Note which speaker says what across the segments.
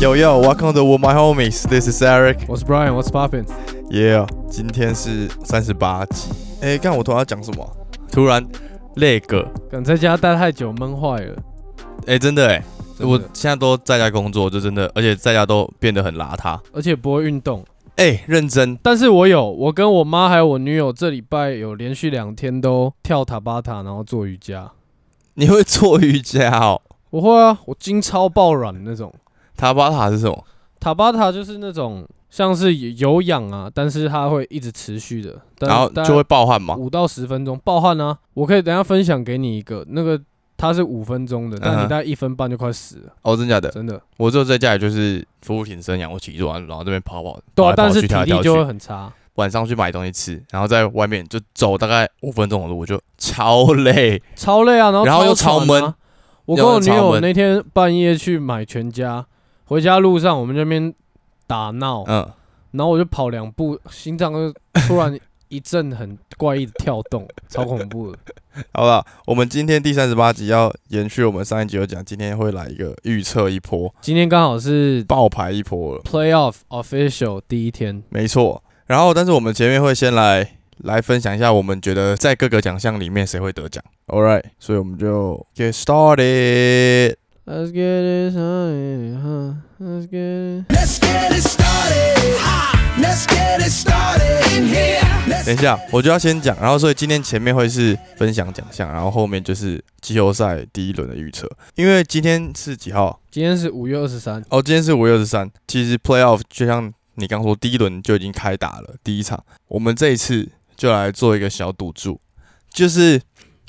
Speaker 1: Yo yo, welcome to With My Homies. This is Eric.
Speaker 2: 我是 Brian，What's poppin？
Speaker 1: Yeah，今天是三十八集。哎、欸，看我突然要讲什么啊、突然那个，
Speaker 2: 敢在家待太久，闷坏了。
Speaker 1: 哎、真的哎、
Speaker 2: 真的
Speaker 1: 我现在都在家工作，就真的，而且在家都变得很邋遢。
Speaker 2: 而且不会运动，
Speaker 1: 哎、认真，
Speaker 2: 但是我有，我跟我妈还有我女友这礼拜有连续两天都跳塔巴塔，然后做瑜伽。
Speaker 1: 你会做瑜伽 哦？
Speaker 2: 我会啊，我筋超爆软的那种。
Speaker 1: 塔巴塔是什么？
Speaker 2: 塔巴塔就是那种像是有氧啊，但是它会一直持续的，但
Speaker 1: 然后就会爆啊汗嘛。
Speaker 2: 五到十分钟暴汗啊。我可以等一下分享给你一个，那个它是五分钟的，但
Speaker 1: 嗯
Speaker 2: 你
Speaker 1: 哼
Speaker 2: 大概一分半就快死了，
Speaker 1: 哦，真假的？
Speaker 2: 真的。
Speaker 1: 我只有在家里就是俯卧挺身、仰卧起坐，然后这边跑跑，
Speaker 2: 对
Speaker 1: 跑
Speaker 2: 啊，
Speaker 1: 来
Speaker 2: 但
Speaker 1: 跑
Speaker 2: 是
Speaker 1: 去，
Speaker 2: 体
Speaker 1: 跳来
Speaker 2: 力
Speaker 1: 跳
Speaker 2: 就会
Speaker 1: 去。
Speaker 2: 很差。
Speaker 1: 晚上去买东西吃，然后在外面就走大概五分钟的路，我就超累。
Speaker 2: 超累啊，然后
Speaker 1: 然后又
Speaker 2: 超
Speaker 1: 超
Speaker 2: 喘啊
Speaker 1: 闷。
Speaker 2: 我跟我女
Speaker 1: 又超
Speaker 2: 友
Speaker 1: 闷
Speaker 2: 那天半夜去买全家，回家路上我们那边打闹，
Speaker 1: 嗯，
Speaker 2: 然后我就跑两步，心脏就突然一阵很怪异的跳动， 超恐怖的。
Speaker 1: 好了，我们今天第三十八集要延续我们上一集有讲，今天会来一个预测一波，
Speaker 2: 今天刚好是
Speaker 1: 爆牌一波了，
Speaker 2: playoff official 第一天，
Speaker 1: 没错。然后，但是我们前面会先来来分享一下，我们觉得在各个奖项里面谁会得奖。All right，所以我们就 get started。
Speaker 2: Let's get it started. huh? Let's get it.
Speaker 3: Let's get it started. Ha! Let's get it started in here. Let's
Speaker 1: 等一下，我就要先讲，然后所以今天前面会是分享奖项，然后后面就是季后赛第一轮的预测。因为今天是几号？
Speaker 2: 今天是五月二十三，
Speaker 1: 哦，今天是五月二十三。其实 playoff 就像你刚说，第一轮就已经开打了，第一场。我们这一次就来做一个小赌注，就是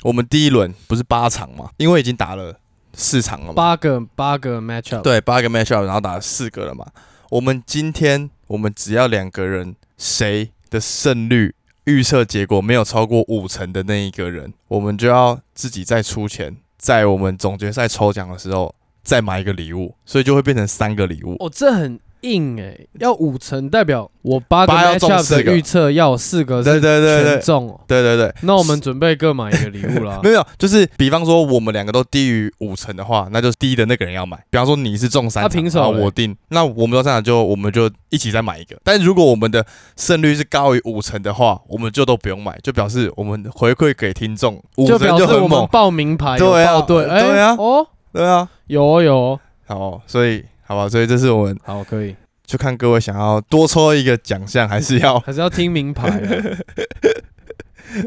Speaker 1: 我们第一轮不是八场嘛，因为已经打了四场了嘛，
Speaker 2: 八个八个 match up。
Speaker 1: 对，八个 matchup，然后打了四个了嘛。我们今天我们只要两个人谁的胜率预测结果没有超过五成的那一个人，我们就要自己再出钱，在我们总决赛抽奖的时候再买一个礼物，所以就会变成三个礼物。
Speaker 2: 哦，这很硬哎、要五成代表我八个
Speaker 1: 八要中
Speaker 2: matchup
Speaker 1: 四
Speaker 2: 的
Speaker 1: 个
Speaker 2: 预测要有四个
Speaker 1: 对
Speaker 2: 是
Speaker 1: 对对
Speaker 2: 全
Speaker 1: 对
Speaker 2: 中哦。
Speaker 1: 对对对，
Speaker 2: 那我们准备各买一个礼物啦
Speaker 1: 没。有，就是比方说我们两个都低于五成的话，那就是低的那个人要买。比方说你是中三
Speaker 2: 啊
Speaker 1: 场，
Speaker 2: 平手
Speaker 1: 然后
Speaker 2: 嘞
Speaker 1: 我定，那我们都上场就我们就一起再买一个。但如果我们的胜率是高于五成的话，我们就都不用买，就表示我们回馈给听众 五
Speaker 2: 就
Speaker 1: 成
Speaker 2: 表示我
Speaker 1: 很
Speaker 2: 们
Speaker 1: 猛，
Speaker 2: 报名牌有
Speaker 1: 对啊
Speaker 2: 报对，哎、
Speaker 1: 对啊
Speaker 2: 哦，
Speaker 1: 对啊。
Speaker 2: 有哦有哦，
Speaker 1: 好，所以好吧，所以这是我们
Speaker 2: 好可以，
Speaker 1: 就看各位想要多抽一个奖项，还是要
Speaker 2: 还是要听名牌啊。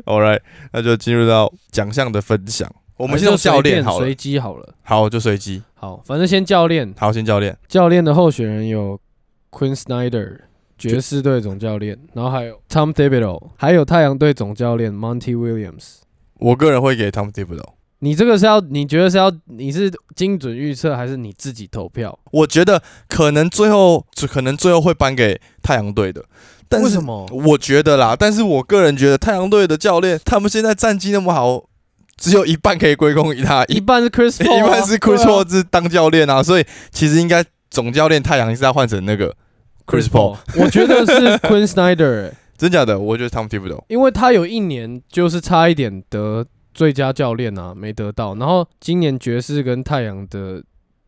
Speaker 1: all right，那就进入到奖项的分享。 我
Speaker 2: 我
Speaker 1: 们先从教练好了
Speaker 2: 随，机好了。
Speaker 1: 好就随机，
Speaker 2: 好，反正先教练，
Speaker 1: 好先教练，
Speaker 2: 教练的候选人有 Queen Snyder。爵士队总教练，然后还有 Tom Thibodeau，还有太阳队总教练 Monty Williams。
Speaker 1: 我个人会给 Tom Thibodeau。
Speaker 2: 你这个是要，你觉得是要，你是精准预测还是你自己投票？
Speaker 1: 我觉得可能最后只可能最后会颁给太阳队的，但是
Speaker 2: 为什么
Speaker 1: 我觉得啦，但是我个人觉得太阳队的教练他们现在战绩那么好，只有一半可以归功于他，一
Speaker 2: 一半是 Chris Paul，
Speaker 1: 一
Speaker 2: 啊
Speaker 1: 半是 Chris
Speaker 2: 对啊
Speaker 1: Paul 是当教练啊，所以其实应该总教练太阳是要换成那个 Chris Paul，
Speaker 2: 我觉得是 Queen Snyder，、欸、
Speaker 1: 真假的？我觉得他们听不懂。
Speaker 2: 因为他有一年就是差一点得最佳教练啊，没得到。然后今年爵士跟太阳的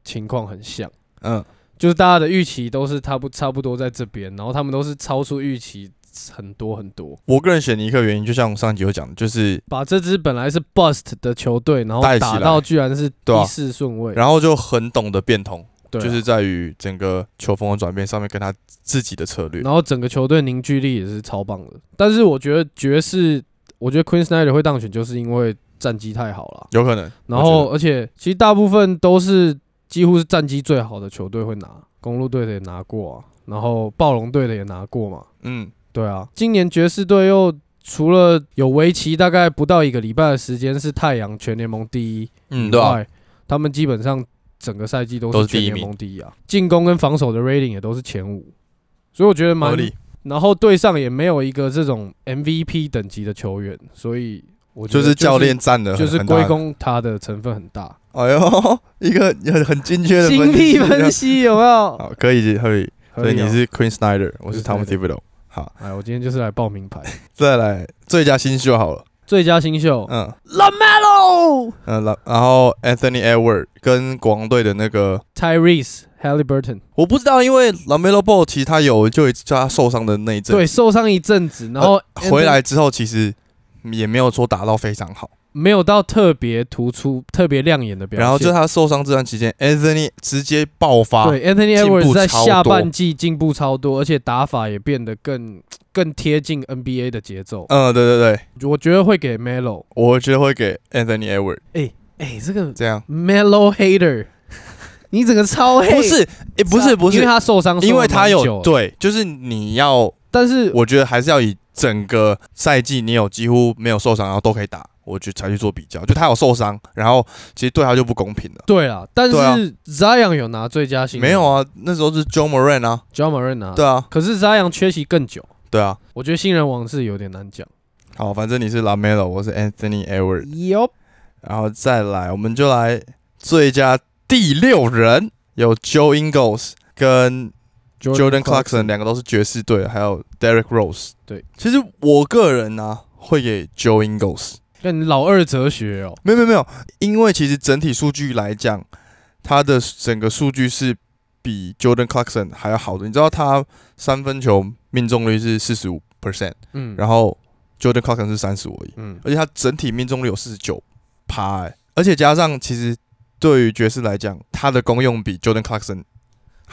Speaker 2: 情况很像，
Speaker 1: 嗯，
Speaker 2: 就是大家的预期都是差不差不多在这边，然后他们都是超出预期很多很多，
Speaker 1: 我个人选尼克原因，就像我上集有讲的，就是
Speaker 2: 把这支本来是 bust 的球队，然后
Speaker 1: 带起来
Speaker 2: 打到居然是
Speaker 1: 对啊
Speaker 2: 第四顺位，
Speaker 1: 然后就很懂得变通，
Speaker 2: 对啊
Speaker 1: 就是在于整个球风的转变上面跟他自己的策略。
Speaker 2: 然后整个球队凝聚力也是超棒的。但是我觉得爵士，我觉得 Queen Snyder 会当选，就是因为战绩太好了。
Speaker 1: 有可能，我
Speaker 2: 然
Speaker 1: 觉
Speaker 2: 后，
Speaker 1: 得
Speaker 2: 而且其实大部分都是几乎是战绩最好的球队会拿，公路队的也拿过啊，然后暴龙队的也拿过嘛。
Speaker 1: 嗯，
Speaker 2: 对啊，今年爵士队又除了有为期大概不到一个礼拜的时间是太阳全联盟第一
Speaker 1: 嗯，
Speaker 2: 以
Speaker 1: 对吧、
Speaker 2: 外，他们基本上整个赛季都
Speaker 1: 都
Speaker 2: 是
Speaker 1: 是第
Speaker 2: 全
Speaker 1: 一
Speaker 2: 联盟第一啊，进攻跟防守的 rating 也都是前五，所以我觉得蛮
Speaker 1: 合理。
Speaker 2: 然后队上也没有一个这种 MVP 等级的球员，所以我觉
Speaker 1: 就
Speaker 2: 得
Speaker 1: 是教练占了很，
Speaker 2: 就是
Speaker 1: 呃很大的
Speaker 2: 归。功他的成分很大。
Speaker 1: 哎呦， 一个很很精确的
Speaker 2: 精
Speaker 1: 析
Speaker 2: 辟分。析有没有？
Speaker 1: 好，可以可以。
Speaker 2: 合
Speaker 1: 所以
Speaker 2: 理
Speaker 1: 你
Speaker 2: 哦，
Speaker 1: 是 Queen Snyder，我是 Tom
Speaker 2: Queen Snyder
Speaker 1: Thibodeau。好，
Speaker 2: 哎，我今天就是来报名牌，
Speaker 1: 再来最佳新秀好了。
Speaker 2: 最佳新秀
Speaker 1: 嗯
Speaker 2: 哦 Lamelo
Speaker 1: 嗯，然然后 Anthony Edward 跟国王队的那个，
Speaker 2: Tyrese Halliburton，
Speaker 1: 我不知道，因为 Lamelo Ball 其实他有就有他受伤的那一阵，
Speaker 2: 对，受伤一阵子，然后
Speaker 1: 呃回来之后其实也没有说打到非常好。
Speaker 2: 没有到特别突出、特别亮眼的表现。
Speaker 1: 然后就他受伤这段期间，Anthony 直接爆发，
Speaker 2: 对 Anthony
Speaker 1: 进步
Speaker 2: Edwards 在
Speaker 1: 超
Speaker 2: 下
Speaker 1: 多
Speaker 2: 半季进步超多，而且打法也变得更更贴近 NBA 的节奏。
Speaker 1: 嗯，对对对，
Speaker 2: 我觉得会给 Melo，
Speaker 1: 我觉得会给 Anthony Edward
Speaker 2: 哎，这个
Speaker 1: 这样，
Speaker 2: Melo hater，你整个超黑，
Speaker 1: 不是，诶不是不
Speaker 2: 啊因为
Speaker 1: 是，
Speaker 2: 他受伤，
Speaker 1: 因为他
Speaker 2: 受了
Speaker 1: 有
Speaker 2: 蛮久了，
Speaker 1: 对，就是你要，
Speaker 2: 但是
Speaker 1: 我觉得还是要以整个赛季你有几乎没有受伤，然后都可以打，我觉得才去做比较。就他有受伤，然后其实对他就不公平了。
Speaker 2: 对啊，但
Speaker 1: 对啊
Speaker 2: 是 Zion 有拿最佳新人，
Speaker 1: 没有啊，那时候是 John Moran 啊，
Speaker 2: j o h n Moran 拿，
Speaker 1: 对啊，
Speaker 2: 可是 Zion 缺席更久，
Speaker 1: 对啊。
Speaker 2: 我觉得新人王是有点难讲。
Speaker 1: 好，反正你是 Lamelo，我是 Anthony Edward，
Speaker 2: 有
Speaker 1: 然后再来，我们就来最佳第六人，有 Joe Ingles 跟 Jordan Clarkson 两个都是爵士队，还有 Derek Rose。
Speaker 2: 对，
Speaker 1: 其实我个人呢、会给 Joe Ingles，
Speaker 2: 跟你老二哲学哦，
Speaker 1: 没有没有没有，因为其实整体数据来讲，他的整个数据是比 Jordan Clarkson 还要好的。你知道他三分球命中率是四十五 percent，
Speaker 2: 嗯，
Speaker 1: 然后 Jordan Clarkson 是三十而已，
Speaker 2: 嗯，
Speaker 1: 而且他整体命中率有四十九趴，欸而且加上其实对于爵士来讲，他的功用比 Jordan Clarkson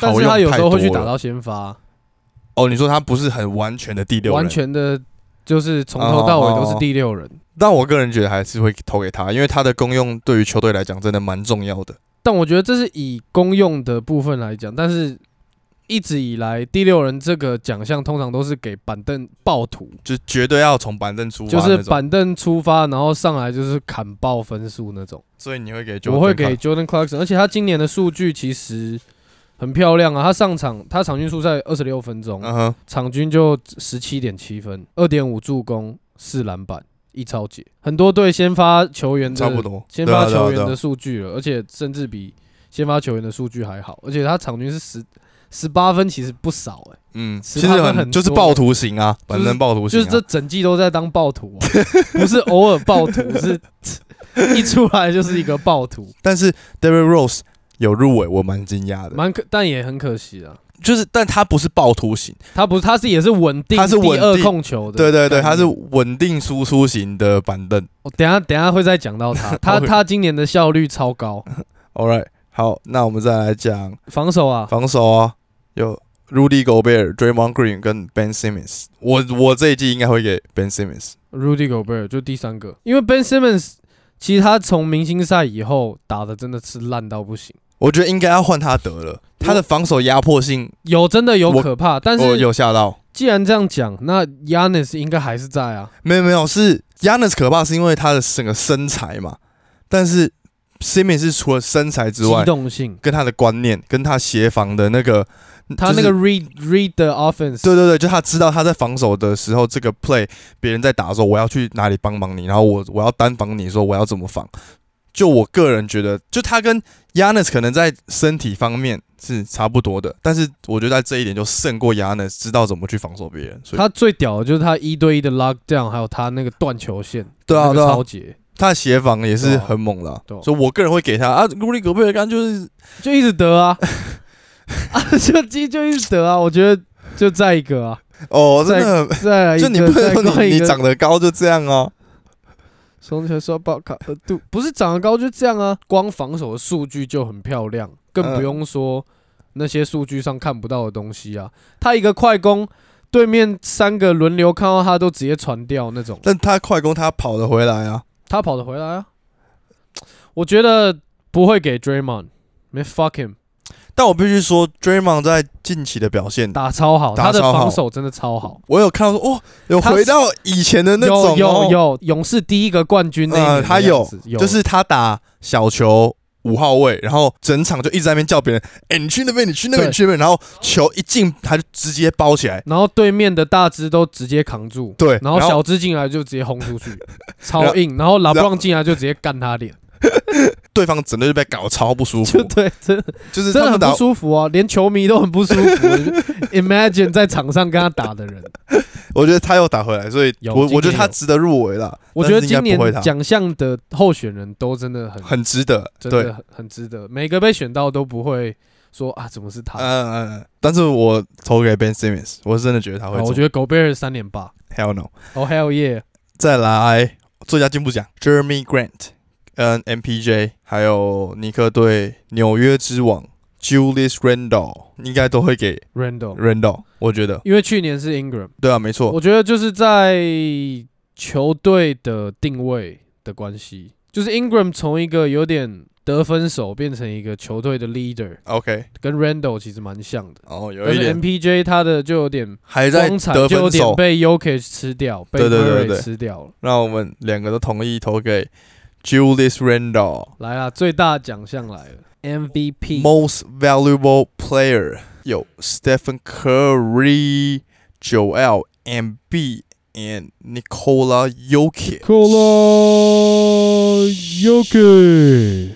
Speaker 2: 但
Speaker 1: 好
Speaker 2: 是
Speaker 1: 用
Speaker 2: 他有时候会去
Speaker 1: 太多
Speaker 2: 打
Speaker 1: 了
Speaker 2: 到先发，
Speaker 1: 哦，你说他不是很完全的第六人，
Speaker 2: 完全的，就是从头到尾都是第六人。
Speaker 1: 但我个人觉得还是会投给他，因为他的功用对于球队来讲真的蛮重要的。
Speaker 2: 但我觉得这是以公用的部分来讲，但是一直以来第六人这个奖项通常都是给板凳暴徒，
Speaker 1: 就绝对要从板凳出发
Speaker 2: 就
Speaker 1: 那
Speaker 2: 是
Speaker 1: 种，
Speaker 2: 板凳出发，然后上来就是砍爆分数那种。
Speaker 1: 所以你会给 Jordan Clarkson，
Speaker 2: 我会给 Jordan Clarkson，而且他今年的数据其实很漂亮啊，他上场他场均出赛二十六分钟，
Speaker 1: 嗯哼，
Speaker 2: 场均就十七点七分，二点五助攻，四篮板，一超解，很多队先发球员的
Speaker 1: 差不多，
Speaker 2: 先
Speaker 1: 对啊
Speaker 2: 发球
Speaker 1: 对啊
Speaker 2: 员
Speaker 1: 对
Speaker 2: 的
Speaker 1: 啊
Speaker 2: 数据了，而且甚至比先发球员的数据还好，而且他场均是十十八分，其实不少哎、
Speaker 1: 嗯，其
Speaker 2: 18
Speaker 1: 实
Speaker 2: 分很
Speaker 1: 很就
Speaker 2: 多
Speaker 1: 是暴徒型啊，
Speaker 2: 就是
Speaker 1: 板凳暴徒型
Speaker 2: 就
Speaker 1: 啊，
Speaker 2: 是这整季都在当暴徒、啊，不是偶尔暴徒，是 一出来就是一个 暴徒，
Speaker 1: 但是 David Rose 有入围，我蛮惊讶的，
Speaker 2: 蛮可，但也很可惜啊。
Speaker 1: 就是但他不是暴徒型，
Speaker 2: 他不，他是也是稳定，
Speaker 1: 他是
Speaker 2: 第
Speaker 1: 稳
Speaker 2: 二
Speaker 1: 定
Speaker 2: 控球的概
Speaker 1: 对
Speaker 2: 念，
Speaker 1: 对对，他是稳定输出型的板凳。
Speaker 2: 我哦等一下等一下会再讲 到他，他
Speaker 1: OK
Speaker 2: 他今年的效率 超高，
Speaker 1: All right，好，那我们再来讲
Speaker 2: 防守啊，
Speaker 1: 防守啊，有 Rudy Gobert、Draymond Green 跟 Ben Simmons，我我这一季应该会给 Ben Simmons，
Speaker 2: Rudy Gobert 就第三个，因为 Ben Simmons 其实他从明星赛以后打的真的是烂到不行，
Speaker 1: 我觉得应该要换他得了，他的防守压迫性
Speaker 2: 有真的有
Speaker 1: 我
Speaker 2: 可怕，但
Speaker 1: 我
Speaker 2: 是
Speaker 1: 有吓到。
Speaker 2: 既然这样讲，那 Yanis 应该还是在啊，
Speaker 1: 没有没有，是 Yanis 可怕是因为他的整个身材嘛，但是 Simmons 是除了身材之
Speaker 2: 机
Speaker 1: 外，
Speaker 2: 动性，
Speaker 1: 跟他的观念，跟他协防的那个，
Speaker 2: 他
Speaker 1: 就
Speaker 2: 那
Speaker 1: 是
Speaker 2: 个 read read the offense，
Speaker 1: 对对对，就他知道他在防守的时候，这个 play 别人在打的时候，我要去哪里帮忙你，然后我我要单防你说我要怎么防。就我个人觉得，就他跟 Yanis 可能在身体方面是差不多的，但是我觉得在这一点就胜过 Yanis，知道怎么去防守别人。所以
Speaker 2: 他最屌的就是他一对一的 lockdown，还有他那个断球线，
Speaker 1: 对啊
Speaker 2: 那个
Speaker 1: 对啊
Speaker 2: 超节
Speaker 1: 他的协防也
Speaker 2: 对
Speaker 1: 是
Speaker 2: 啊
Speaker 1: 很猛的啊、
Speaker 2: 对啊
Speaker 1: 所以我个人会给他啊，卢里格贝尔干就是
Speaker 2: 就一直得啊， 啊就就就一直得啊，我觉得就再一个啊，
Speaker 1: 哦，真的很
Speaker 2: 再来一
Speaker 1: 就
Speaker 2: 个，
Speaker 1: 你不
Speaker 2: 再
Speaker 1: 能说
Speaker 2: 灌
Speaker 1: 你
Speaker 2: 一
Speaker 1: 你
Speaker 2: 个
Speaker 1: 长得高就这样啊，
Speaker 2: 双拳刷爆卡额度，不是长得高就这样啊，光防守的数据就很漂亮，更不
Speaker 1: 嗯
Speaker 2: 用说那些数据上看不到的东西啊。他一个快攻，对面三个轮流看到他都直接传掉那种，
Speaker 1: 但他快攻他跑得回来啊，
Speaker 2: 他跑得回来啊。我觉得不会给 Draymond，没 fuck him，
Speaker 1: 但我必须说，Draymond 在近期的表现，
Speaker 2: 打超好，他
Speaker 1: 打
Speaker 2: 的
Speaker 1: 超好
Speaker 2: 防守真的超好。
Speaker 1: 我有看到说，哦，有
Speaker 2: 他
Speaker 1: 回到以前的那种、哦
Speaker 2: 有有有，勇士第一个冠军那一年
Speaker 1: 呃
Speaker 2: 的
Speaker 1: 他有
Speaker 2: 样子有
Speaker 1: 就是他打小球五号位，然后整场就一直在那边叫别人，哎、你去那边，你去那边，
Speaker 2: 对
Speaker 1: 你去那边，然后球一进他就直接包起来，
Speaker 2: 然后对面的大只都直接扛住，
Speaker 1: 对，
Speaker 2: 然后小只进来就直接轰 出去，超硬。然后老布朗进来就直接干他脸，
Speaker 1: 对方整 队就被搞得超不舒服
Speaker 2: 就，对，真的
Speaker 1: 就是他
Speaker 2: 真的很
Speaker 1: 们打
Speaker 2: 不舒服啊，连球迷都很不舒 服。Imagine 在场上跟他打的人，
Speaker 1: 我觉得他又打回来，所以
Speaker 2: 有
Speaker 1: 我
Speaker 2: 今
Speaker 1: 我觉得
Speaker 2: 年
Speaker 1: 他
Speaker 2: 有
Speaker 1: 值得入围了。
Speaker 2: 我
Speaker 1: 但
Speaker 2: 觉
Speaker 1: 是
Speaker 2: 得
Speaker 1: 应该
Speaker 2: 今年
Speaker 1: 不会他
Speaker 2: 奖项的候选人都真的很
Speaker 1: 很值得，
Speaker 2: 真
Speaker 1: 对，
Speaker 2: 的很很值得，每个被选到都不会说啊，怎么是他？
Speaker 1: 嗯嗯嗯。但是我投给 Ben Simmons，我是真的觉得他会
Speaker 2: 啊我
Speaker 1: 中
Speaker 2: 觉得狗贝尔三连霸
Speaker 1: Hell no！
Speaker 2: ，Oh hell yeah！
Speaker 1: 再来最佳进步奖，Jeremy Grant 嗯 MPJ，还有尼克队纽约之王 Julius Randle，应该都会给
Speaker 2: Randall，
Speaker 1: Randle，我觉得
Speaker 2: 因为去年是 Ingram，
Speaker 1: 对啊，没错，
Speaker 2: 我觉得就是在球队的定位的关系，就是 Ingram 从一个有点得分手变成一个球队的 leader，
Speaker 1: OK，
Speaker 2: 跟 Randall 其实蛮像的。
Speaker 1: 哦，有
Speaker 2: 但
Speaker 1: 一
Speaker 2: 是
Speaker 1: 点
Speaker 2: MPJ 他的就有点
Speaker 1: 还在
Speaker 2: 光彩，
Speaker 1: 得
Speaker 2: 就有
Speaker 1: 分
Speaker 2: 点
Speaker 1: 手，
Speaker 2: 被 Yoke 吃掉，被
Speaker 1: 对对对
Speaker 2: Murray
Speaker 1: 对
Speaker 2: 吃掉了。
Speaker 1: 让我们两个都同意投给 Julius Randle。
Speaker 2: 来啦，最大奖项来了，MVP。
Speaker 1: Most Valuable Player 有 Stephen Curry、Joel Embiid and Nikola Jokic。
Speaker 2: Nikola Jokic，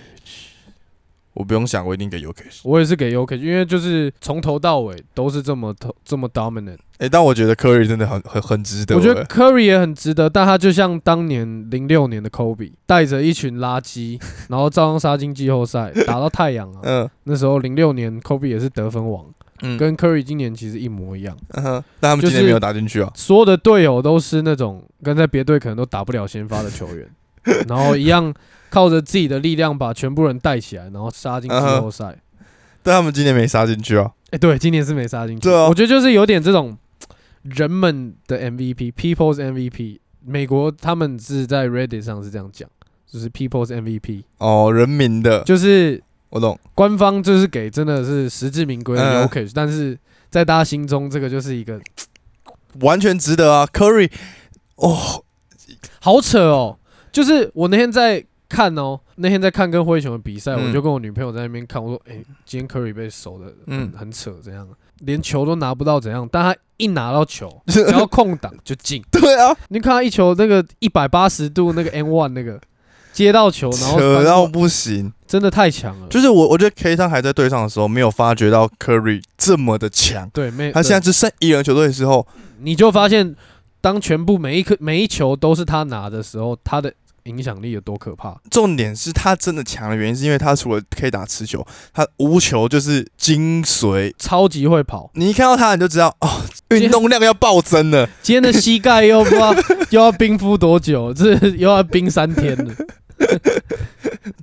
Speaker 1: 我不用想，我一定给 Jokic。
Speaker 2: 我也是给 Yoke，因为就是从头到尾都是这么头这么 dominant。
Speaker 1: 哎、但我觉得 Curry 真的很很很值得。
Speaker 2: 我觉得 Curry 也很值得，但他就像当年零六年的 Kobe，带着一群垃圾，然后照样杀进季后赛，打到太阳啊。
Speaker 1: 嗯
Speaker 2: 那时候零六年 Kobe 也是得分王，
Speaker 1: 嗯
Speaker 2: 跟 Curry 今年其实一模一样。
Speaker 1: 嗯哼，但他们今
Speaker 2: 就是
Speaker 1: 天没有打进去啊。
Speaker 2: 所有的队友都是那种跟在别队可能都打不了先发的球员，然后一样靠着自己的力量把全部人带起来，然后杀进季后赛。
Speaker 1: 但他们今天没杀进去啊。
Speaker 2: 哎、对，今年是没杀进去。
Speaker 1: 对啊
Speaker 2: 我觉得就是有点这种人们的 MVP，People's MVP。美国他们是在 Reddit 上是这样讲，就是 People's MVP，
Speaker 1: 哦，人民的，
Speaker 2: 就是
Speaker 1: 我懂。
Speaker 2: 官方就是给真的是实至名归的
Speaker 1: 嗯
Speaker 2: Jokic，、但是在大家心中这个就是一个
Speaker 1: 完全值得啊，Curry，哦，
Speaker 2: 好扯哦。就是我那天在看哦，那天在看跟灰熊的比赛，
Speaker 1: 嗯
Speaker 2: 我就跟我女朋友在那边看，我说：“哎、今天 Curry 被守的，嗯
Speaker 1: 嗯，
Speaker 2: 很扯，怎样？连球都拿不到，怎样？但他一拿到球，只要空档就进。”
Speaker 1: 对啊，
Speaker 2: 你看他一球那个一百八十度那个 N one 那个接到球，然后
Speaker 1: 扯
Speaker 2: 翻
Speaker 1: 到
Speaker 2: 过
Speaker 1: 不行。
Speaker 2: 真的太强了。
Speaker 1: 就是我，我觉得 K 上还在队上的时候，没有发觉到 Curry 这么的强。
Speaker 2: 对，没
Speaker 1: 他现在
Speaker 2: 对
Speaker 1: 只剩一人球队的时候，
Speaker 2: 你就发现，当全部每一颗每一球都是他拿的时候，他的影响力有多可怕。
Speaker 1: 重点是他真的强的原因，是因为他除了可以打持球，他无球就是精髓。
Speaker 2: 超级会跑，
Speaker 1: 你一看到他，你就知道哦，运动量要暴增了。
Speaker 2: 今天的膝盖又不知 道又要冰敷多久，这又要冰三天了，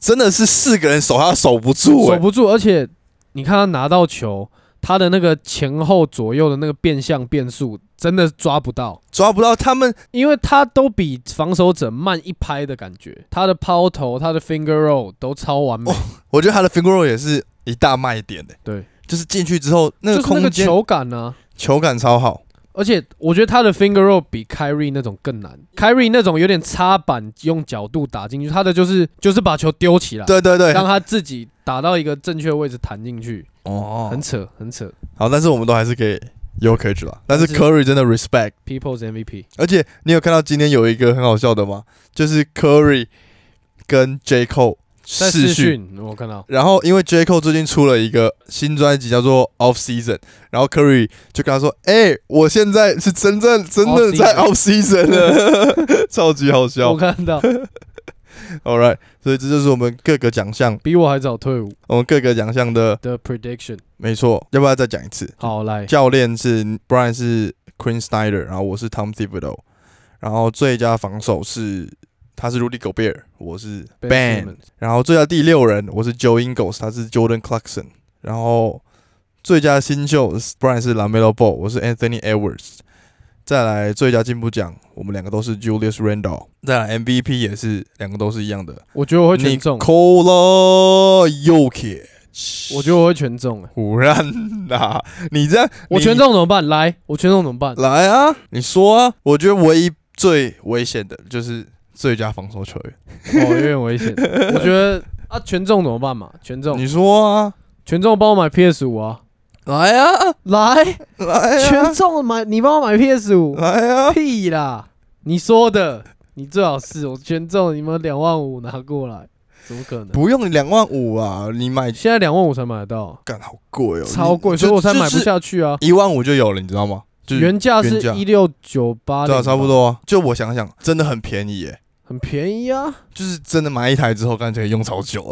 Speaker 1: 真的是四个人守他守不住、
Speaker 2: 守
Speaker 1: 欸，
Speaker 2: 不住。而且你看他拿到球，他的那个前后左右的那个变向变速真的抓不到。
Speaker 1: 抓不到他们。
Speaker 2: 因为他都比防守者慢一拍的感觉，他的抛投、他的 finger roll 都超完美，
Speaker 1: 哦我觉得他的 finger roll 也是一大卖点的、
Speaker 2: 对，
Speaker 1: 就是进去之后那
Speaker 2: 就
Speaker 1: 个
Speaker 2: 是那
Speaker 1: 空
Speaker 2: 个
Speaker 1: 间
Speaker 2: 球感呢、
Speaker 1: 球感超好。
Speaker 2: 而且我觉得他的 finger roll 比 Kyrie 那种
Speaker 1: 嗯
Speaker 2: 更难，Kyrie 那种有点插板用角度打进去，他的就是就是把球丢起来，
Speaker 1: 对对对，
Speaker 2: 啊让他自己打到一个正确位置弹进去，
Speaker 1: 哦
Speaker 2: 很，扯很扯。
Speaker 1: 好，但是我们都还是给 u k i c 了。但是
Speaker 2: 但是
Speaker 1: Curry 真的 respect，
Speaker 2: People's MVP，
Speaker 1: 而且你有看到今天有一个很好笑的吗？就是 Curry 跟 J Cole
Speaker 2: 在
Speaker 1: 试
Speaker 2: 试
Speaker 1: 训。
Speaker 2: 训我看到，
Speaker 1: 然后因为 J Cole 最近出了一个新专辑叫做 Off Season，然后 Curry 就跟他说：“哎、我现在是真正真正在 Off Season 了，超级好
Speaker 2: 我
Speaker 1: 笑。
Speaker 2: 看到
Speaker 1: All right，所以这就是我们各个奖项，
Speaker 2: 比我还早退伍
Speaker 1: 我们各个奖项的
Speaker 2: 的 prediction。
Speaker 1: 没错。要不要再讲一次？
Speaker 2: 好来，
Speaker 1: 教练是 Brian 是 Queen Snyder，然后我是 Tom Thibodeau，然后最佳防守是他是 Rudy Gobert，我是
Speaker 2: Ben
Speaker 1: Ban，
Speaker 2: Simmons
Speaker 1: 然后最佳第六人我是 Joe Ingles，他是 Jordan Clarkson。然后最佳新秀是 Brian 是 Lamelo Ball，我是 Anthony Edwards。再来最佳进步奖，我们两个都是 Julius Randle。再来 MVP 也是两个都是一样的
Speaker 2: 我觉得我会全中，
Speaker 1: ，Nikola Jokic。
Speaker 2: 我觉得我会全中、欸。
Speaker 1: 胡乱啦！你这样，
Speaker 2: 我
Speaker 1: 你
Speaker 2: 全中怎么办？来，我全中怎 么办？哦
Speaker 1: 来啊！你说啊！我觉得唯一最危险的就是最佳防守球员。
Speaker 2: 哦，有点危险。我觉得啊，权重怎么办嘛？权重，
Speaker 1: 你说啊，
Speaker 2: 权重帮我买 PS 五啊！
Speaker 1: 来啊，
Speaker 2: 来，
Speaker 1: 来啊
Speaker 2: 权，重买，你帮我买 PS 五，
Speaker 1: 来啊，
Speaker 2: 屁啦！你说的，你最好是我权重，你们两万五拿过来，怎么可能？
Speaker 1: 不用两万五啊，你买
Speaker 2: 现在两万五才买得到，
Speaker 1: 干好贵哦，
Speaker 2: 超贵，所以我才买不，下去啊。
Speaker 1: 一万五就有了，你知道吗？就是
Speaker 2: 原价是
Speaker 1: 原价
Speaker 2: 一六九八，
Speaker 1: 对啊，差不，多啊。就我想想，真的很便宜耶，
Speaker 2: 很便宜啊
Speaker 1: 就是真的买一台之后，感觉用超久，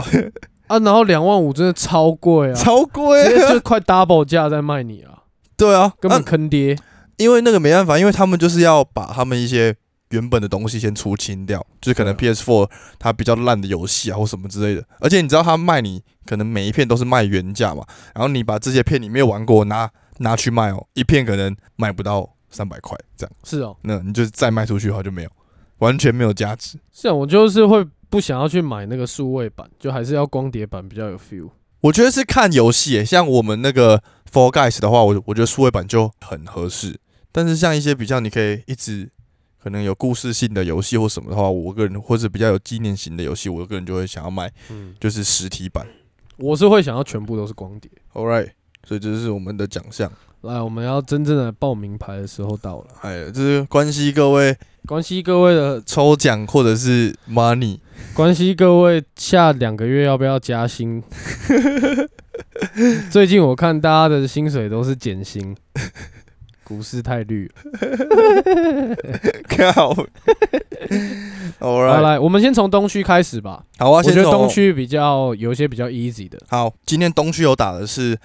Speaker 2: 啊！然后两万五真的超贵啊，
Speaker 1: 超
Speaker 2: 直
Speaker 1: 贵
Speaker 2: 接
Speaker 1: 啊。
Speaker 2: 就快 double 价在卖你啊，
Speaker 1: 对啊，
Speaker 2: 根
Speaker 1: 啊
Speaker 2: 本坑爹。
Speaker 1: 因为那个没办法，因为他们就是要把他们一些原本的东西先出清掉，就是可能
Speaker 2: 对啊
Speaker 1: PS4 它比较烂的游戏啊或什么之类的。而且你知道，他卖你可能每一片都是卖原价嘛，然后你把这些片你没有玩过拿拿去卖哦，一片可能卖不到三百块这样，
Speaker 2: 是哦，
Speaker 1: 那你就再卖出去的话就没有，完全没有价值。
Speaker 2: 是啊，我就是会不想要去买那个数位版，就还是要光碟版比较有 feel。
Speaker 1: 我觉得是看游戏耶，像我们那个 Four Guys 的话，我我觉得数位版就很合适。但是像一些比较你可以一直可能有故事性的游戏或什么的话，我个人或者比较有纪念型的游戏，我个人就会想要买
Speaker 2: 嗯，
Speaker 1: 就是实体版。
Speaker 2: 我是会想要全部都是光碟。
Speaker 1: All right，所以这是我们的奖项。
Speaker 2: 来，我们要真正的报名牌的时候到了，
Speaker 1: 哎，这是关系各位
Speaker 2: 关系各位的，
Speaker 1: 抽奖或者是 money。
Speaker 2: 关系各位下两个月要不要加薪？ 最近我看大家的薪水都是减薪，股市太绿了。
Speaker 1: 靠！All
Speaker 2: 好，
Speaker 1: right，
Speaker 2: 来，我们先从东区开始吧。
Speaker 1: 好啊，
Speaker 2: 我
Speaker 1: 先
Speaker 2: 觉得
Speaker 1: 从
Speaker 2: 东区比较有一些比较 easy 的，
Speaker 1: 好。今天东区有打的是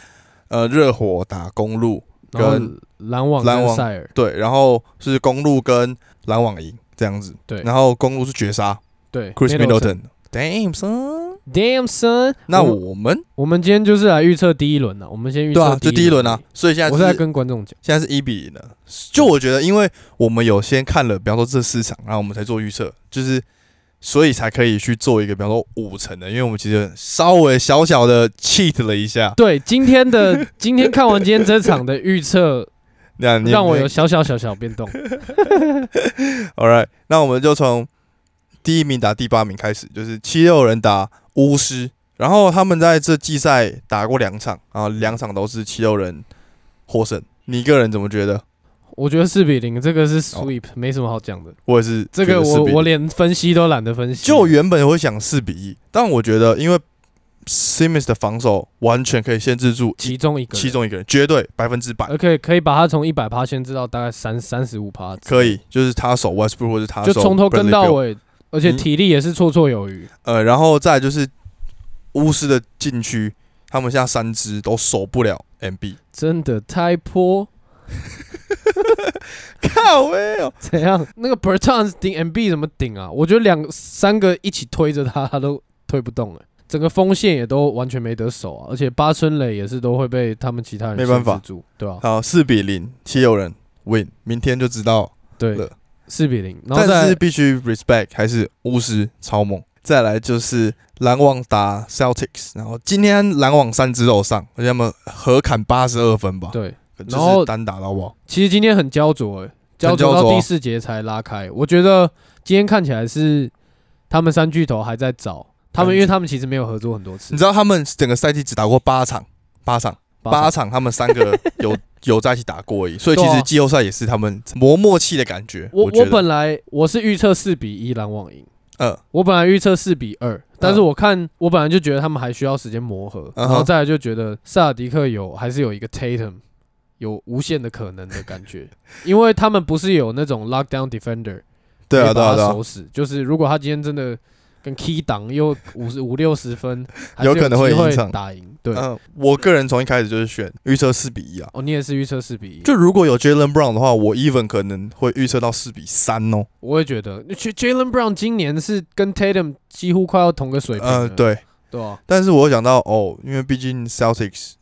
Speaker 1: 呃热火打公路，
Speaker 2: 然后
Speaker 1: 跟
Speaker 2: 篮网
Speaker 1: 篮
Speaker 2: 跟
Speaker 1: 网
Speaker 2: 塞尔，
Speaker 1: 对，然后是公路跟篮网赢这样子。
Speaker 2: 对
Speaker 1: 然后公路是绝杀
Speaker 2: 对
Speaker 1: Chris
Speaker 2: Middleton
Speaker 1: Middleton。Damn son，
Speaker 2: Damn son，
Speaker 1: 那
Speaker 2: 我
Speaker 1: 我们
Speaker 2: 我们今天就是来预测第一轮了，我们先预测
Speaker 1: 对啊，就第一轮啊，所以现
Speaker 2: 而已。
Speaker 1: 在
Speaker 2: 我是在
Speaker 1: 是
Speaker 2: 跟观众讲，
Speaker 1: 现在是一比零了。就我觉得，因为我们有先看了，比方说这四场，然后我们才做预测，就是所以才可以去做一个，比方说五成的，因为我们其实稍微小小的 cheat 了一下，
Speaker 2: 对今天 的今天看完今天这场的预测，
Speaker 1: 那你
Speaker 2: 让我有小小小小 变动。
Speaker 1: All right，那我们就从第一名打第八名开始，就是七六人打巫师，然后他们在这季赛打过两场，然后两场都是七六人获胜。你个人怎么觉得？
Speaker 2: 我觉得四比零这个是 sweep，没什么好讲的。
Speaker 1: 我也是
Speaker 2: 这个
Speaker 1: 哦觉得4
Speaker 2: 我
Speaker 1: 比
Speaker 2: 我
Speaker 1: 零
Speaker 2: 连分析都懒得分析。
Speaker 1: 就原本会想四比一，但我觉得因为 Simmons 的防守完全可以限制住
Speaker 2: 其中一个人，
Speaker 1: 其中一个人，绝对百分之百
Speaker 2: 而且可以把他从一百趴限制到大概三三十五趴，
Speaker 1: 可以，就是他守 Westbrook 或者他
Speaker 2: 就
Speaker 1: 守
Speaker 2: 从头跟
Speaker 1: Bradley
Speaker 2: 到
Speaker 1: Beal
Speaker 2: 尾，而且
Speaker 1: 嗯
Speaker 2: 体力也是绰绰有余。
Speaker 1: 呃，然后再来就是巫师的禁区，他们现在三支都守不了 MB。
Speaker 2: 真的太坡，
Speaker 1: 靠哎呦！
Speaker 2: 怎样？那个 Bertans 顶 MB 怎么顶啊？我觉得两三个一起推着他，他都推不动哎、整个锋线也都完全没得守啊，而且八村垒也是都会被他们其他人
Speaker 1: 没办法
Speaker 2: 限制住，对吧、
Speaker 1: 好，四比零，七六人 win，明天就知道。
Speaker 2: 对
Speaker 1: 了，
Speaker 2: 四比零，然后
Speaker 1: 但
Speaker 2: 再
Speaker 1: 是必须 respect 还是巫师超猛。再来就是篮网打 Celtics，然后今天篮网三支都有上，而且他们合砍八十二分吧，
Speaker 2: 对，
Speaker 1: 就
Speaker 2: 然后
Speaker 1: 是单打到爆。
Speaker 2: 其实今天很焦灼哎、焦
Speaker 1: 很
Speaker 2: 灼
Speaker 1: 焦
Speaker 2: 到
Speaker 1: 灼啊
Speaker 2: 第四节才拉开。我觉得今天看起来是他们三巨头还在找他们，因为他们其实没有合作很多次
Speaker 1: 你，知道他们整个赛季只打过八场，八场，八场，他们三个 有有在一起打过而已，所以其
Speaker 2: 对啊
Speaker 1: 实季后赛也是他们磨默契的感觉。
Speaker 2: 我
Speaker 1: 觉
Speaker 2: 我
Speaker 1: 得
Speaker 2: 本来我是预测四比一篮网赢，
Speaker 1: 呃，
Speaker 2: 我本来预测四比二，但是我看我本来就觉得他们还需要时间磨合，
Speaker 1: 嗯嗯哼
Speaker 2: 然后再来就觉得萨尔迪克有还是有一个 Tatum 有无限的可能的感觉， 因为他们不是有那种 lockdown defender，
Speaker 1: 对
Speaker 2: 可
Speaker 1: 啊对
Speaker 2: 以把
Speaker 1: 啊
Speaker 2: 他
Speaker 1: 对啊
Speaker 2: 守，死，就是如果他今天真的跟 key 档又五十五六 十分，还是
Speaker 1: 有可能
Speaker 2: 有
Speaker 1: 会
Speaker 2: 机
Speaker 1: 赢
Speaker 2: 会
Speaker 1: 场
Speaker 2: 打赢，对。
Speaker 1: 嗯，我个人从一开始就是选预测四比一啊，
Speaker 2: 哦，你也是预测四比一，
Speaker 1: 就如果有 Jalen Brown 的话，我 even 可能会预测到四比三哦。
Speaker 2: 我也觉得，J Jalen Brown 今年是跟 Tatum 几乎快要同个水平了，
Speaker 1: 呃，对，
Speaker 2: 对啊，
Speaker 1: 但是我有想到哦，因为毕竟 Celtics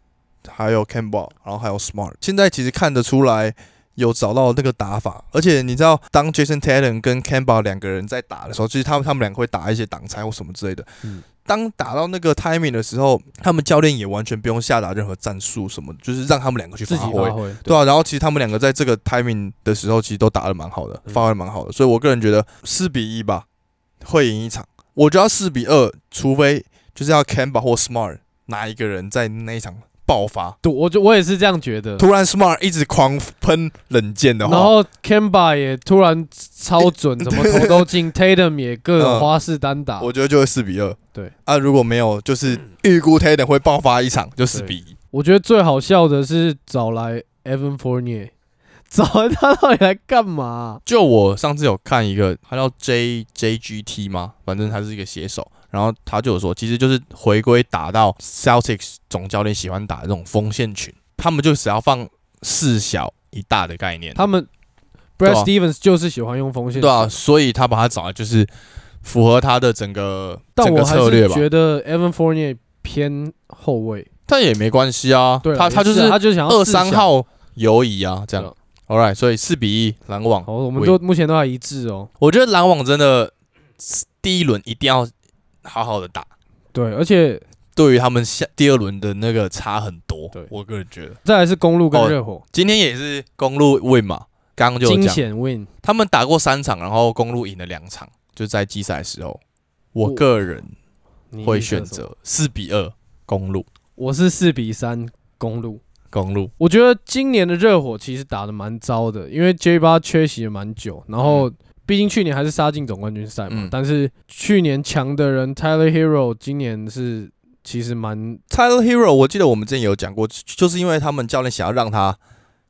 Speaker 1: 还有 Campbell，然后还有 Smart，现在其实看得出来有找到那个打法，而且你知道，当 Jason Tatum 跟 Campbell 两个人在打的时候，其实他们他们两个会打一些挡拆或什么之类的。
Speaker 2: 嗯
Speaker 1: 当打到那个 timing 的时候，他们教练也完全不用下达任何战术什么，就是让他们两个去
Speaker 2: 自
Speaker 1: 发
Speaker 2: 己
Speaker 1: 挥
Speaker 2: 发。挥，
Speaker 1: 对啊，然后其实他们两个在这个 timing 的时候，其实都打得蛮好的，
Speaker 2: 嗯
Speaker 1: 发挥得蛮好的，所以我个人觉得四比一吧，会赢一场。我觉得四比二，除非就是要 Canba 或 Smart 哪一个人在那一场爆发。
Speaker 2: 赌，我就我也是这样觉得。
Speaker 1: 突然 Smart 一直狂喷冷箭的
Speaker 2: 然
Speaker 1: 话，
Speaker 2: 后 Kemba 也突然超准，怎么投 都进，Tatum 也各种花式单打。
Speaker 1: 嗯我觉得就会四比二。
Speaker 2: 对
Speaker 1: 啊，如果没有，就是预估 Tatum 会爆发一场，就四比一。
Speaker 2: 我觉得最好笑的是找来 Evan Fournier，找来他到底来干嘛啊、
Speaker 1: 就我上次有看一个，他叫 J J G T 吗？反正他是一个写手，然后他就有说，其实就是回归打到 Celtics 总教练喜欢打的这种锋线群，他们就只要放四小一大的概念。
Speaker 2: 他们
Speaker 1: 啊
Speaker 2: Brad Stevens 就是喜欢用锋线，
Speaker 1: 对啊，所以他把他找来就是符合他的整个
Speaker 2: 但
Speaker 1: 整
Speaker 2: 我
Speaker 1: 个
Speaker 2: 还
Speaker 1: 策略
Speaker 2: 是
Speaker 1: 吧。
Speaker 2: 觉得 Evan Fournier 偏后卫。
Speaker 1: 但也没关系啊，
Speaker 2: 对啊，
Speaker 1: 他他
Speaker 2: 也
Speaker 1: 就是
Speaker 2: 啊他就想要
Speaker 1: 二
Speaker 2: 四小
Speaker 1: 三。号游移啊，这样
Speaker 2: 对。
Speaker 1: All right，所以四比一篮网
Speaker 2: 好，我们
Speaker 1: 喂
Speaker 2: 都目前都还一致哦。
Speaker 1: 我觉得篮网真的第一轮一定要好好的打，
Speaker 2: 对，而且
Speaker 1: 对于他们下第二轮的那个差很多。
Speaker 2: 对
Speaker 1: 我个人觉得
Speaker 2: 再来是公路跟
Speaker 1: 哦
Speaker 2: 热火，
Speaker 1: 今天也是公路 win 嘛，刚刚就有
Speaker 2: 惊
Speaker 1: 讲，
Speaker 2: 险 win。
Speaker 1: 他们打过三场，然后公路赢了两场，就在季赛的时候。我
Speaker 2: 我
Speaker 1: 个人
Speaker 2: 你
Speaker 1: 会
Speaker 2: 预测
Speaker 1: 选
Speaker 2: 什么，
Speaker 1: 择四比二公路，
Speaker 2: 我是四比三公路。
Speaker 1: 公路
Speaker 2: 我觉得今年的热火其实打得蛮糟的，因为 J 八缺席了蛮久，然后毕竟去年还是杀进总冠军赛嘛，
Speaker 1: 嗯
Speaker 2: 但是去年强的人 Tyler Hero 今年是其实蛮
Speaker 1: Tyler Hero，我记得我们之前有讲过，就就是因为他们教练想要让他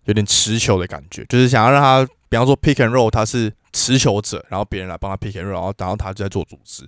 Speaker 1: 有点持球的感觉，就是想要让他，比方说 pick and roll，他是持球者，然后别人来帮他 pick and roll，然后然后他就在做组织。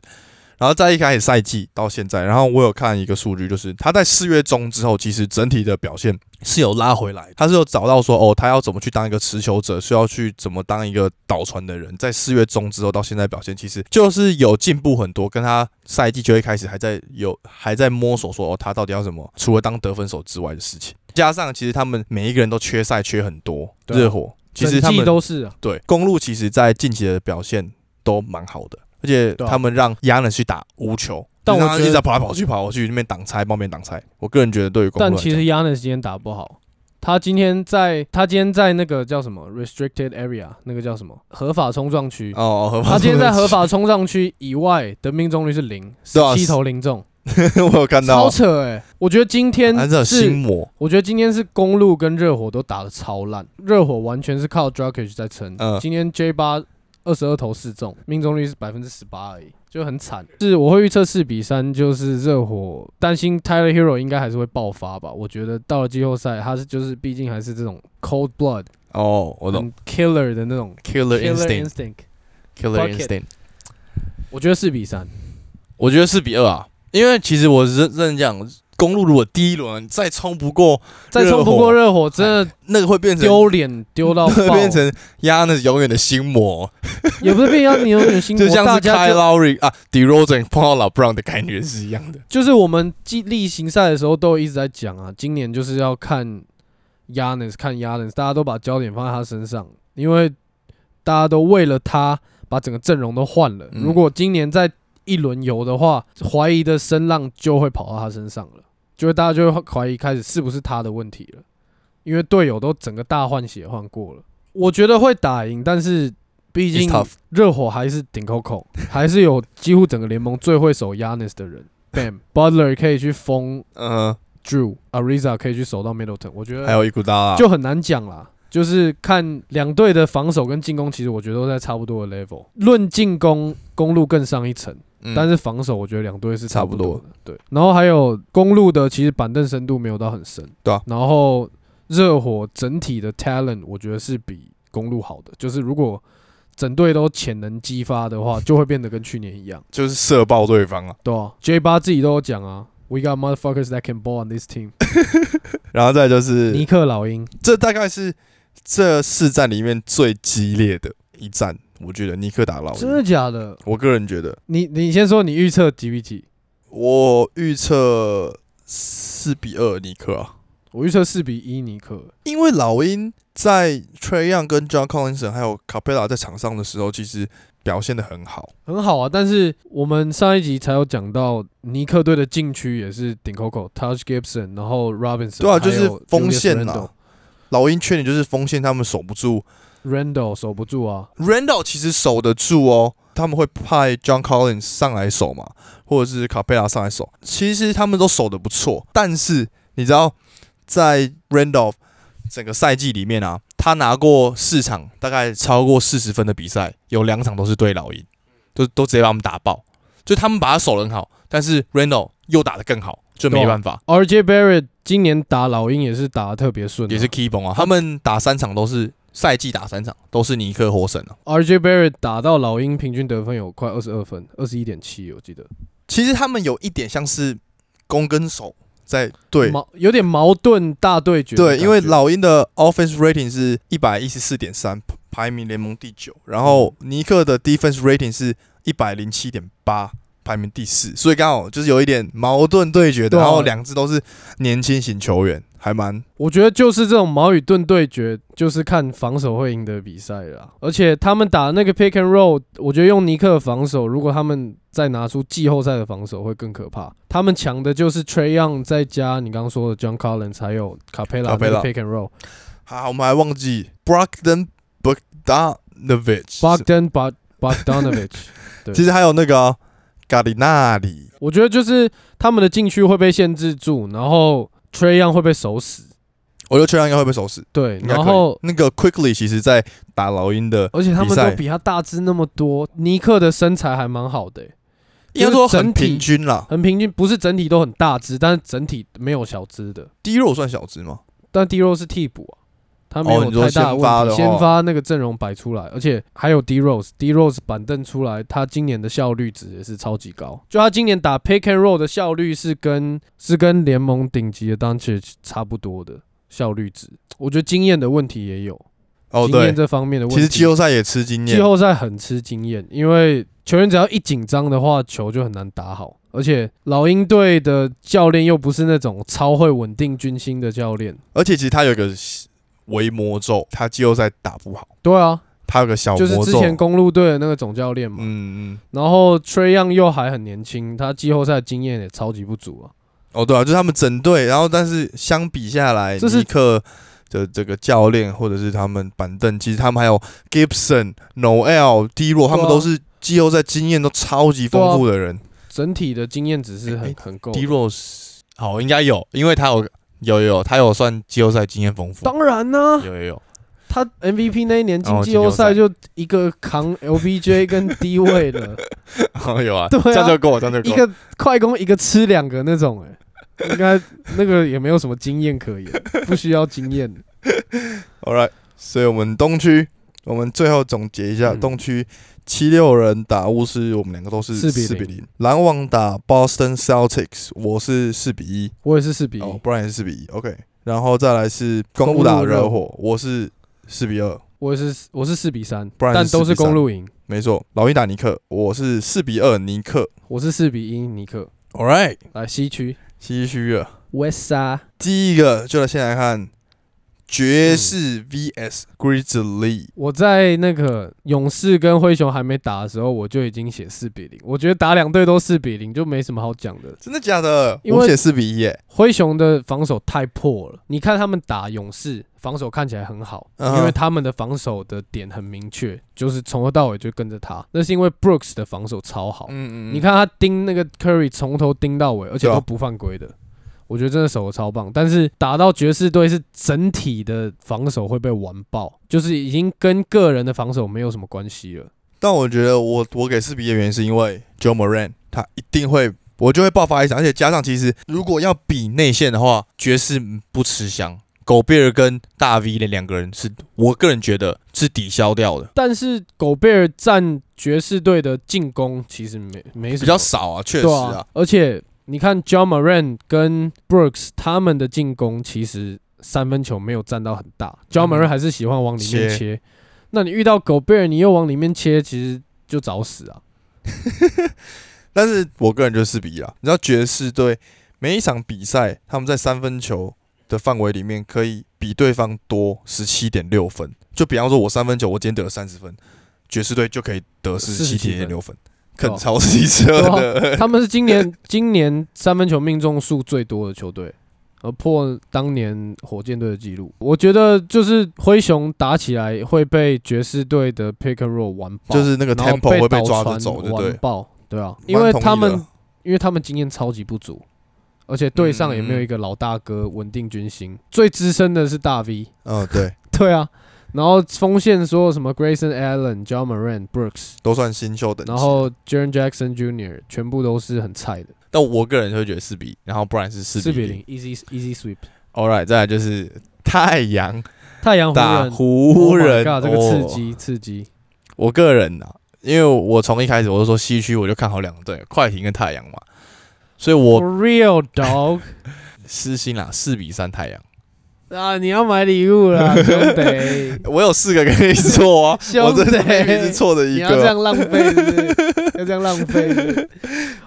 Speaker 1: 然后在一开始赛季到现在，然后我有看一个数据，就是他在四月中之后，其实整体的表现是有拉回来，他是有找到说哦，他要怎么去当一个持球者，是要去怎么当一个导传的人。在四月中之后到现在表现，其实就是有进步很多，跟他赛季就一开始还在有还在摸索说哦，他到底要什么，除了当得分手之外的事情。加上其实他们每一个人都缺赛缺很多，
Speaker 2: 对啊
Speaker 1: 热火其实
Speaker 2: 整
Speaker 1: 他
Speaker 2: 季
Speaker 1: 们
Speaker 2: 都是、啊、
Speaker 1: 对，公路其实在近期的表现都蛮好的，而且
Speaker 2: 对啊
Speaker 1: 他们让亚人去打无球，
Speaker 2: 但
Speaker 1: 就是
Speaker 2: 我
Speaker 1: 让他
Speaker 2: 觉
Speaker 1: 一直
Speaker 2: 得
Speaker 1: 在跑来跑去，跑来跑去那边挡拆，帮别人挡拆。我个人觉得对于公
Speaker 2: 但
Speaker 1: 路来
Speaker 2: 其
Speaker 1: 讲
Speaker 2: 实 Yanis 今天打不好，他今天在他今天在那个叫什么 restricted area 那个叫什么合法冲撞区，
Speaker 1: 哦，哦合法
Speaker 2: 他今天在合
Speaker 1: 合
Speaker 2: 法冲撞区以外的命中率是零，十
Speaker 1: 对啊
Speaker 2: 七投零中，
Speaker 1: 我有看
Speaker 2: 超
Speaker 1: 到，
Speaker 2: 扯哎、我觉得今天
Speaker 1: 还是有心
Speaker 2: 是，
Speaker 1: 魔，
Speaker 2: 我觉得今天是公路跟热火都打的超烂，热火完全是靠 d r a k i c 在撑。
Speaker 1: 嗯
Speaker 2: 今天 J 八二十二投四中，命中率是百分之十八而已，就很惨。是我会预测四比三，就是热火担心 Tyler Hero 应该还是会爆发吧。我觉得到了季后赛，他是就是毕竟还是这种 cold blood、
Speaker 1: 哦，我懂
Speaker 2: 很 killer 的那种
Speaker 1: ，killer
Speaker 2: 嗯 killer
Speaker 1: instinct，killer
Speaker 2: instinct。Bucket
Speaker 1: instinct。
Speaker 2: 我觉得四比三，
Speaker 1: 我觉得四比二啊，因为其实我认认真讲，公路如果第一轮再冲不过，
Speaker 2: 再冲不过热火，真的
Speaker 1: 那个会变成
Speaker 2: 丢脸丢 到爆，
Speaker 1: 变成亚人永远的心魔。
Speaker 2: 也不是变成你有点心 魔，
Speaker 1: 就像
Speaker 2: 大
Speaker 1: 是
Speaker 2: 家
Speaker 1: Kyle
Speaker 2: 就
Speaker 1: Lowry 啊 d e r o z a n 碰到老 Brown 的感觉是一样的。
Speaker 2: 就是我们季例行赛的时候都一直在讲啊，今年就是要看 Yanis 看 Yanis，大家都把焦点放在他身上，因为大家都为了他把整个阵容都换了。
Speaker 1: 嗯
Speaker 2: 如果今年在一轮游的话，怀疑的声浪就会跑到他身上了，就会大家就会怀疑开始是不是他的问题了，因为队友都整个大换血换过了。我觉得会打赢，但是毕
Speaker 1: It's
Speaker 2: 竟
Speaker 1: tough
Speaker 2: 热火还是 顶 Coco，还是有几乎整个联盟最会守 Yanis 的人。Bam Butler 可以去封
Speaker 1: 嗯，
Speaker 2: Drew Ariza 可以去守到 Middleton，我觉
Speaker 1: 还
Speaker 2: 得
Speaker 1: 有伊古达拉，
Speaker 2: 就很难讲啦。就是看两队的防守跟进攻，其实我觉得都在差不多的 level。论进攻，公路更上一层，
Speaker 1: 嗯
Speaker 2: 但是防守我觉得两队是差不
Speaker 1: 差
Speaker 2: 多
Speaker 1: 不
Speaker 2: 的。对，然后还有公路的，其实板凳深度没有到很深。
Speaker 1: 对啊
Speaker 2: 然后热火整体的 talent 我觉得是比公路好的，就是如果整队都潜能激发的话，就会变得跟去年一样。
Speaker 1: 就是射爆对方啊，
Speaker 2: 对啊，J 八自己都有讲啊，We got motherfuckers that can ball on this team。
Speaker 1: 然后再就是
Speaker 2: 尼克老鹰，
Speaker 1: 这大概是这四战里面最激烈的一战，我觉得尼克打老
Speaker 2: 真的
Speaker 1: 鹰，
Speaker 2: 假的？
Speaker 1: 我个人觉得
Speaker 2: 你你先说你预测几比几？
Speaker 1: 我预测四比二尼克啊，
Speaker 2: 我预测四比一尼克。
Speaker 1: 因为老鹰在 Trey Young 跟 John Collinson 还有 Capella 在场上的时候，其实表现的很好。
Speaker 2: 很好啊，但是我们上一集才有讲到尼克队的禁区也是顶 Coco、Touch Gibson，然后 Robinson，
Speaker 1: 对啊，就
Speaker 2: 还
Speaker 1: 是
Speaker 2: 有
Speaker 1: 锋线啊
Speaker 2: Julius
Speaker 1: 啦。老鹰缺点就是锋线，他们守不住。
Speaker 2: Randle，Randle 守不住啊，
Speaker 1: Randall 其实守得住哦，他们会派 John Collins 上来守嘛，或者是卡佩拉上来守，其实他们都守得不错，但是你知道在 Randolph 整个赛季里面啊，他拿过四场大概超过四十分的比赛，有两场都是对老鹰，都都直接把他们打爆，就他们把他守得很好，但是 Randolph 又打得更好，就没
Speaker 2: 对啊
Speaker 1: 办法。
Speaker 2: RJ Barrett 今年打老鹰也是打得特别顺啊、
Speaker 1: 也是 key 崩啊，他们打三场都是赛季打三场都是尼克获胜啊。
Speaker 2: RJ Barrett 打到老鹰平均得分有快二十二分，二十一点七，我记得。
Speaker 1: 其实他们有一点像是攻跟守在对
Speaker 2: 矛有点矛盾大对决的感
Speaker 1: 对，
Speaker 2: 觉。
Speaker 1: 因为老鹰的 offense rating 是一百一十四点三，排名联盟第九，然后
Speaker 2: 嗯
Speaker 1: 尼克的 defense rating 是一百零七点八。排名第四，所以刚好就是有一点矛盾对决的，
Speaker 2: 对啊
Speaker 1: 然后两支都是年轻型球员，还蛮
Speaker 2: 我觉得就是这种矛与盾对决，就是看防守会赢得比赛了啦。而且他们打那个 pick and roll，我觉得用尼克的防守，如果他们再拿出季后赛的防守，会更可怕。他们强的就是 Trey Young 再加你刚刚说的 John Collins，还有 Capella 那个
Speaker 1: Capella
Speaker 2: pick and roll。
Speaker 1: 好。我们还忘记 Brogdon Bogdanovich，
Speaker 2: Bogdan Bog- Bogdanovich，
Speaker 1: 其实还有那个啊嘎里纳里，
Speaker 2: 我觉得就是他们的禁区会被限制住，然后 Trey Young 会被守死。
Speaker 1: 我觉得确认应该会被守死。
Speaker 2: 对，
Speaker 1: 应该可
Speaker 2: 然
Speaker 1: 以
Speaker 2: 后
Speaker 1: 那个 Quickly 其实在打老鹰的，
Speaker 2: 而且他们
Speaker 1: 比赛
Speaker 2: 都比他大只那么多。尼克的身材还蛮好的、欸
Speaker 1: 应该说很
Speaker 2: 整体
Speaker 1: 平均啦。
Speaker 2: 很平均，不是整体都很大只，但是整体没有小只的。
Speaker 1: D 肉算小只吗？
Speaker 2: 但 D 肉是替补啊，他没
Speaker 1: 哦
Speaker 2: 有
Speaker 1: 你说
Speaker 2: 太大
Speaker 1: 先发
Speaker 2: 问
Speaker 1: 的话
Speaker 2: 题。先发那个阵容摆出来，而且还有 D Rose，D Rose 板凳出来，他今年的效率值也是超级高。就他今年打 Pick and Roll 的效率是跟是跟联盟顶级的 d u n c i 差不多的效率值。我觉得经验的问题也有，
Speaker 1: 哦，
Speaker 2: 经验
Speaker 1: 对，
Speaker 2: 这方面的
Speaker 1: 其
Speaker 2: 问题。
Speaker 1: 实季后赛也吃经验
Speaker 2: 季。后赛很吃经验，因为球员只要一紧张的话，球就很难打好。而且老鹰队的教练又不是那种超会稳定军心的教练。
Speaker 1: 而且其实他有一个微魔咒，他季后赛打不好，
Speaker 2: 对啊，
Speaker 1: 他有个小
Speaker 2: 就是
Speaker 1: 魔
Speaker 2: 之
Speaker 1: 咒。
Speaker 2: 前公路队的那个总教练嘛。
Speaker 1: 嗯嗯，
Speaker 2: 然后 Trey Young 又还很年轻，他季后赛经验也超级不足啊。
Speaker 1: 哦对啊，就是他们整队，然后但是相比下来，
Speaker 2: 这是
Speaker 1: 尼克的这个教练或者是他们板凳，其实他们还有 Gibson、Noel、D 洛，他们
Speaker 2: 对啊啊
Speaker 1: 都是季后赛经验都超级丰富的人。
Speaker 2: 整体的经验只是很
Speaker 1: 哎
Speaker 2: 很够的。
Speaker 1: D Rose 好，哦应该有，因为他有有有有，他有算季后赛经验丰富，
Speaker 2: 当然呢、
Speaker 1: 有有有，
Speaker 2: 他 MVP 那一年进
Speaker 1: 哦
Speaker 2: 季后赛
Speaker 1: 季
Speaker 2: 就一个扛 LBJ 跟 D 位了，
Speaker 1: 好 有啊，
Speaker 2: 对啊
Speaker 1: 这样就够，这样就
Speaker 2: 一
Speaker 1: 够。
Speaker 2: 个快攻，一个吃两个那种、哎，应该那个也没有什么经验可言， 不需要经验。
Speaker 1: All right，所以我们东区，我们最后总结一下，
Speaker 2: 嗯
Speaker 1: 东区七六人打巫师，我们两个都是
Speaker 2: 4比
Speaker 1: 四比零。篮网打 Boston Celtics，我是四比一，
Speaker 2: 我也是四比
Speaker 1: 哦
Speaker 2: 一，
Speaker 1: 不然也是四比一。OK，然后再来是公
Speaker 2: 公
Speaker 1: 路打
Speaker 2: 路
Speaker 1: 热
Speaker 2: 热
Speaker 1: 火，我是四比二，
Speaker 2: 我也是我是四比三，
Speaker 1: 不然是
Speaker 2: 但都是
Speaker 1: 4比3
Speaker 2: 公路赢。
Speaker 1: 没错。老鹰打尼克，我是四比二尼克。
Speaker 2: 我是四比一尼克，
Speaker 1: All right，
Speaker 2: 来西区
Speaker 1: 唏嘘了。
Speaker 2: West 啊，
Speaker 1: 第一个就来先来看爵士 VS Grizzly，、
Speaker 2: 我在那个勇士跟灰熊还没打的时候，我就已经写四比零，我觉得打两队都四比零就没什么好讲的。
Speaker 1: 真的假的？
Speaker 2: 因为
Speaker 1: 我写四比一耶。
Speaker 2: 灰熊的防守太破了，你看他们打勇士，防守看起来很好，
Speaker 1: 嗯哼
Speaker 2: 因为他们的防守的点很明确，就是从头到尾就跟着他。那是因为 Brooks 的防守超好，
Speaker 1: 嗯
Speaker 2: 你，看他盯那个 Curry 从头盯到尾，而且
Speaker 1: 对啊
Speaker 2: 都不犯规的。我觉得真的守的超棒，但是打到爵士队是整体的防守会被完爆，就是已经跟个人的防守没有什么关系了。
Speaker 1: 但我觉得我我给四比一的原因是因为 Joe Moran 他一定会，我就会爆发一场，而且加上其实如果要比内线的话，爵士不吃香，狗贝尔跟大 V 那两个人是我个人觉得是抵消掉的，
Speaker 2: 但是狗贝尔占爵士队的进攻其实没没什
Speaker 1: 比
Speaker 2: 么
Speaker 1: 较少啊，确实
Speaker 2: 对
Speaker 1: 啊，
Speaker 2: 而且你看 John Moran 跟 Brooks 他们的进攻其实三分球没有占到很大，John
Speaker 1: 嗯
Speaker 2: Moran 还是喜欢往里面
Speaker 1: 切
Speaker 2: 切。那你遇到狗贝尔，你又往里面切，其实就找死 啊！
Speaker 1: 但是我个人就是四比一啦。你知道爵士队每一场比赛，他们在三分球的范围里面可以比对方多十七点六分。就比方说，我三分球，我今天得了三十分，爵士队就可以得十七点六分，
Speaker 2: 啊
Speaker 1: 肯超机车的。
Speaker 2: 他们是今年今年三分球命中数最多的球队，呃破当年火箭队的记录。我觉得就是灰熊打起来会被爵士队的 pick and roll 完爆，
Speaker 1: 就是那个
Speaker 2: 然后
Speaker 1: tempo 会被
Speaker 2: 倒
Speaker 1: 抓着
Speaker 2: 传
Speaker 1: 走，对不
Speaker 2: 完
Speaker 1: 对？
Speaker 2: 爆，对啊，
Speaker 1: 蛮
Speaker 2: 因为
Speaker 1: 同意
Speaker 2: 他
Speaker 1: 的
Speaker 2: 们因为他们经验超级不足，而且队上也没有一个老大哥稳定军心，最资深的是大 V，
Speaker 1: 嗯，对，
Speaker 2: 对啊，然后锋线所有什么 Grayson Allen、John Moran、Brooks，
Speaker 1: 都算新秀等级。
Speaker 2: 然后 Jaren Jackson Jr. 全部都是很菜的，
Speaker 1: 但我个人就会觉得四比，然后不然是四
Speaker 2: 四比
Speaker 1: 零
Speaker 2: 零。，easy easy sweep。
Speaker 1: All right，再来就是太阳
Speaker 2: 太阳
Speaker 1: 打
Speaker 2: 湖
Speaker 1: 湖人
Speaker 2: 人，Oh my God，这个刺
Speaker 1: 哦
Speaker 2: 激刺激，
Speaker 1: 我个人呢、啊，因为我从一开始我就说西区我就看好两队，快艇跟太阳嘛，所以我
Speaker 2: For real dog
Speaker 1: 私心啦，四比三太阳。
Speaker 2: 啊！你要买礼物啦，兄弟，，
Speaker 1: 我有四个跟你说啊
Speaker 2: 兄 弟
Speaker 1: 我真的明明是错的一
Speaker 2: 你要这
Speaker 1: 个。
Speaker 2: 样浪费是不 是，要这样浪费是不是。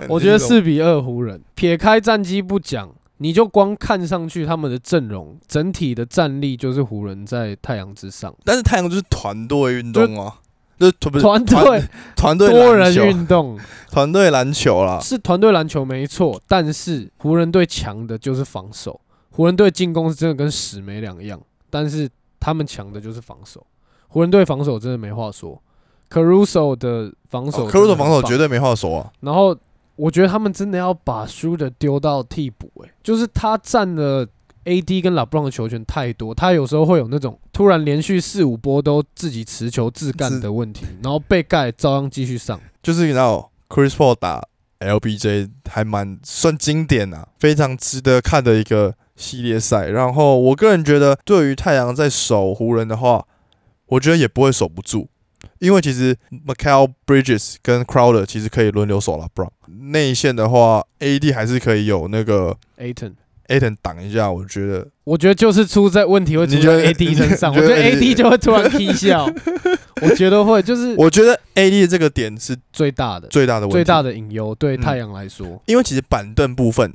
Speaker 2: 我觉得四比二湖人，撇开战绩不讲，你就光看上去他们的阵容整体的战力，就是湖人在太阳之上。
Speaker 1: 但是太阳就是团队运动啊，就是不是
Speaker 2: 团队
Speaker 1: 团队
Speaker 2: 多
Speaker 1: 篮
Speaker 2: 人
Speaker 1: 球，啊
Speaker 2: 运动
Speaker 1: 团队篮球啦。
Speaker 2: 是团队篮球没错，但是湖人队强的就是防守，湖人队进攻是真的跟屎没两样，但是他们强的就是防守，湖人队防守真的没话说。Caruso 的防守，
Speaker 1: 科鲁哦索防守绝
Speaker 2: 对。
Speaker 1: 对没话说啊，
Speaker 2: 然后我觉得他们真的要把 Shooter 丢到替补，哎，就是他占了 AD 跟 LeBron 的球权太多，他有时候会有那种突然连续四五波都自己持球自干
Speaker 1: 自
Speaker 2: 的问题，然后被盖照样继续上。
Speaker 1: 就是你知道 Chris Paul 打 LBJ 还蛮算经典啊，非常值得看的一个系列赛。然后我个人觉得，对于太阳在守湖人的话，我觉得也不会守不住，因为其实 m i c a e l Bridges 跟 Crowder 其实可以轮流守了 Brown 内线的话，AD 还是可以有那个
Speaker 2: Aton，
Speaker 1: Aton 挡一下，我觉得
Speaker 2: 我觉得就是出在问题会出
Speaker 1: 你觉得
Speaker 2: 在 AD 身 上，
Speaker 1: 你
Speaker 2: 我
Speaker 1: 觉
Speaker 2: 觉
Speaker 1: 得
Speaker 2: 得 AD 就会突然踢 笑，我觉得会就是
Speaker 1: 我觉得 AD 的这个点是
Speaker 2: 最大的
Speaker 1: 最大的问题，
Speaker 2: 最大的隐忧对
Speaker 1: 嗯
Speaker 2: 太阳来说，
Speaker 1: 因为其实板凳部分，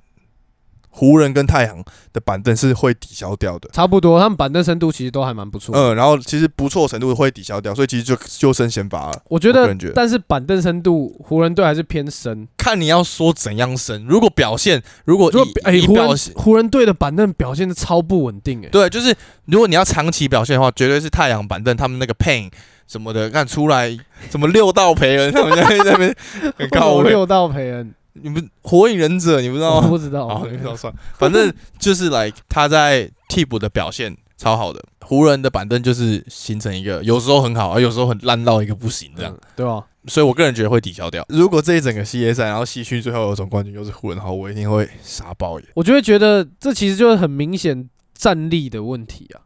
Speaker 1: 湖人跟太阳的板凳是会抵消掉的。
Speaker 2: 差不多他们板凳深度其实都还蛮不错的。
Speaker 1: 嗯，然后其实不错程度会抵消掉，所以其实就就剩先发了。
Speaker 2: 我觉
Speaker 1: 我个
Speaker 2: 得
Speaker 1: 人觉得，
Speaker 2: 但是板凳深度湖人队还是偏深。
Speaker 1: 看你要说怎样升，如果表现，如果
Speaker 2: 如
Speaker 1: 以
Speaker 2: 果哎、
Speaker 1: 以
Speaker 2: 湖人
Speaker 1: 表现，
Speaker 2: 湖人队的板凳表现的超不稳定哎、
Speaker 1: 对，就是如果你要长期表现的话，绝对是太阳板凳他们那个 Pain 什么的，看出来什么六道培恩他们在在那 边很高
Speaker 2: 我
Speaker 1: 位，哦
Speaker 2: 六道培恩，
Speaker 1: 你们火影忍者你不知道
Speaker 2: 我
Speaker 1: 吗？
Speaker 2: 不知道嗯
Speaker 1: 好，你不知道算，反正就是来他在替补的表现超好的，湖人的板凳就是形成一个有时候很好，而啊有时候很烂到一个不行这样。
Speaker 2: 嗯对吧？
Speaker 1: 所以我个人觉得会抵消掉。如果这一整个系列赛，然后西区最后有总冠军又是湖人的话，我一定会傻爆眼。
Speaker 2: 我就会觉得这其实就是很明显战力的问题啊，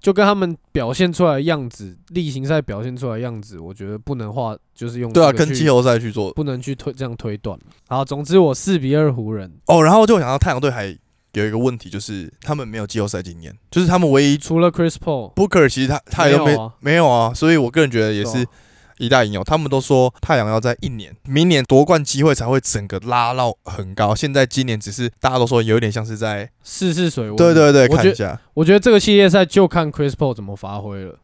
Speaker 2: 就跟他们表现出来的样子，例行赛表现出来的样子，我觉得不能画，就是用
Speaker 1: 对啊，
Speaker 2: 这个
Speaker 1: 跟
Speaker 2: 去
Speaker 1: 季后赛去做
Speaker 2: 不能去推这样推断。好，总之我四比二湖人，
Speaker 1: 哦。然后就想到太阳队还有一个问题，就是他们没有季后赛经验，就是他们唯一
Speaker 2: 除了 Chris Paul，
Speaker 1: Booker 其实他他也都没
Speaker 2: 没有啊
Speaker 1: 没有啊，所以我个人觉得也
Speaker 2: 对
Speaker 1: 是
Speaker 2: 吧
Speaker 1: 一大隐忧。他们都说太阳要在一年，明年夺冠机会才会整个拉到很高。现在今年只是大家都说有点像是在
Speaker 2: 试试水温。
Speaker 1: 对对对
Speaker 2: 我
Speaker 1: 看一
Speaker 2: 觉得
Speaker 1: 下，
Speaker 2: 我觉得这个系列赛就看 Chris Paul 怎么发挥了，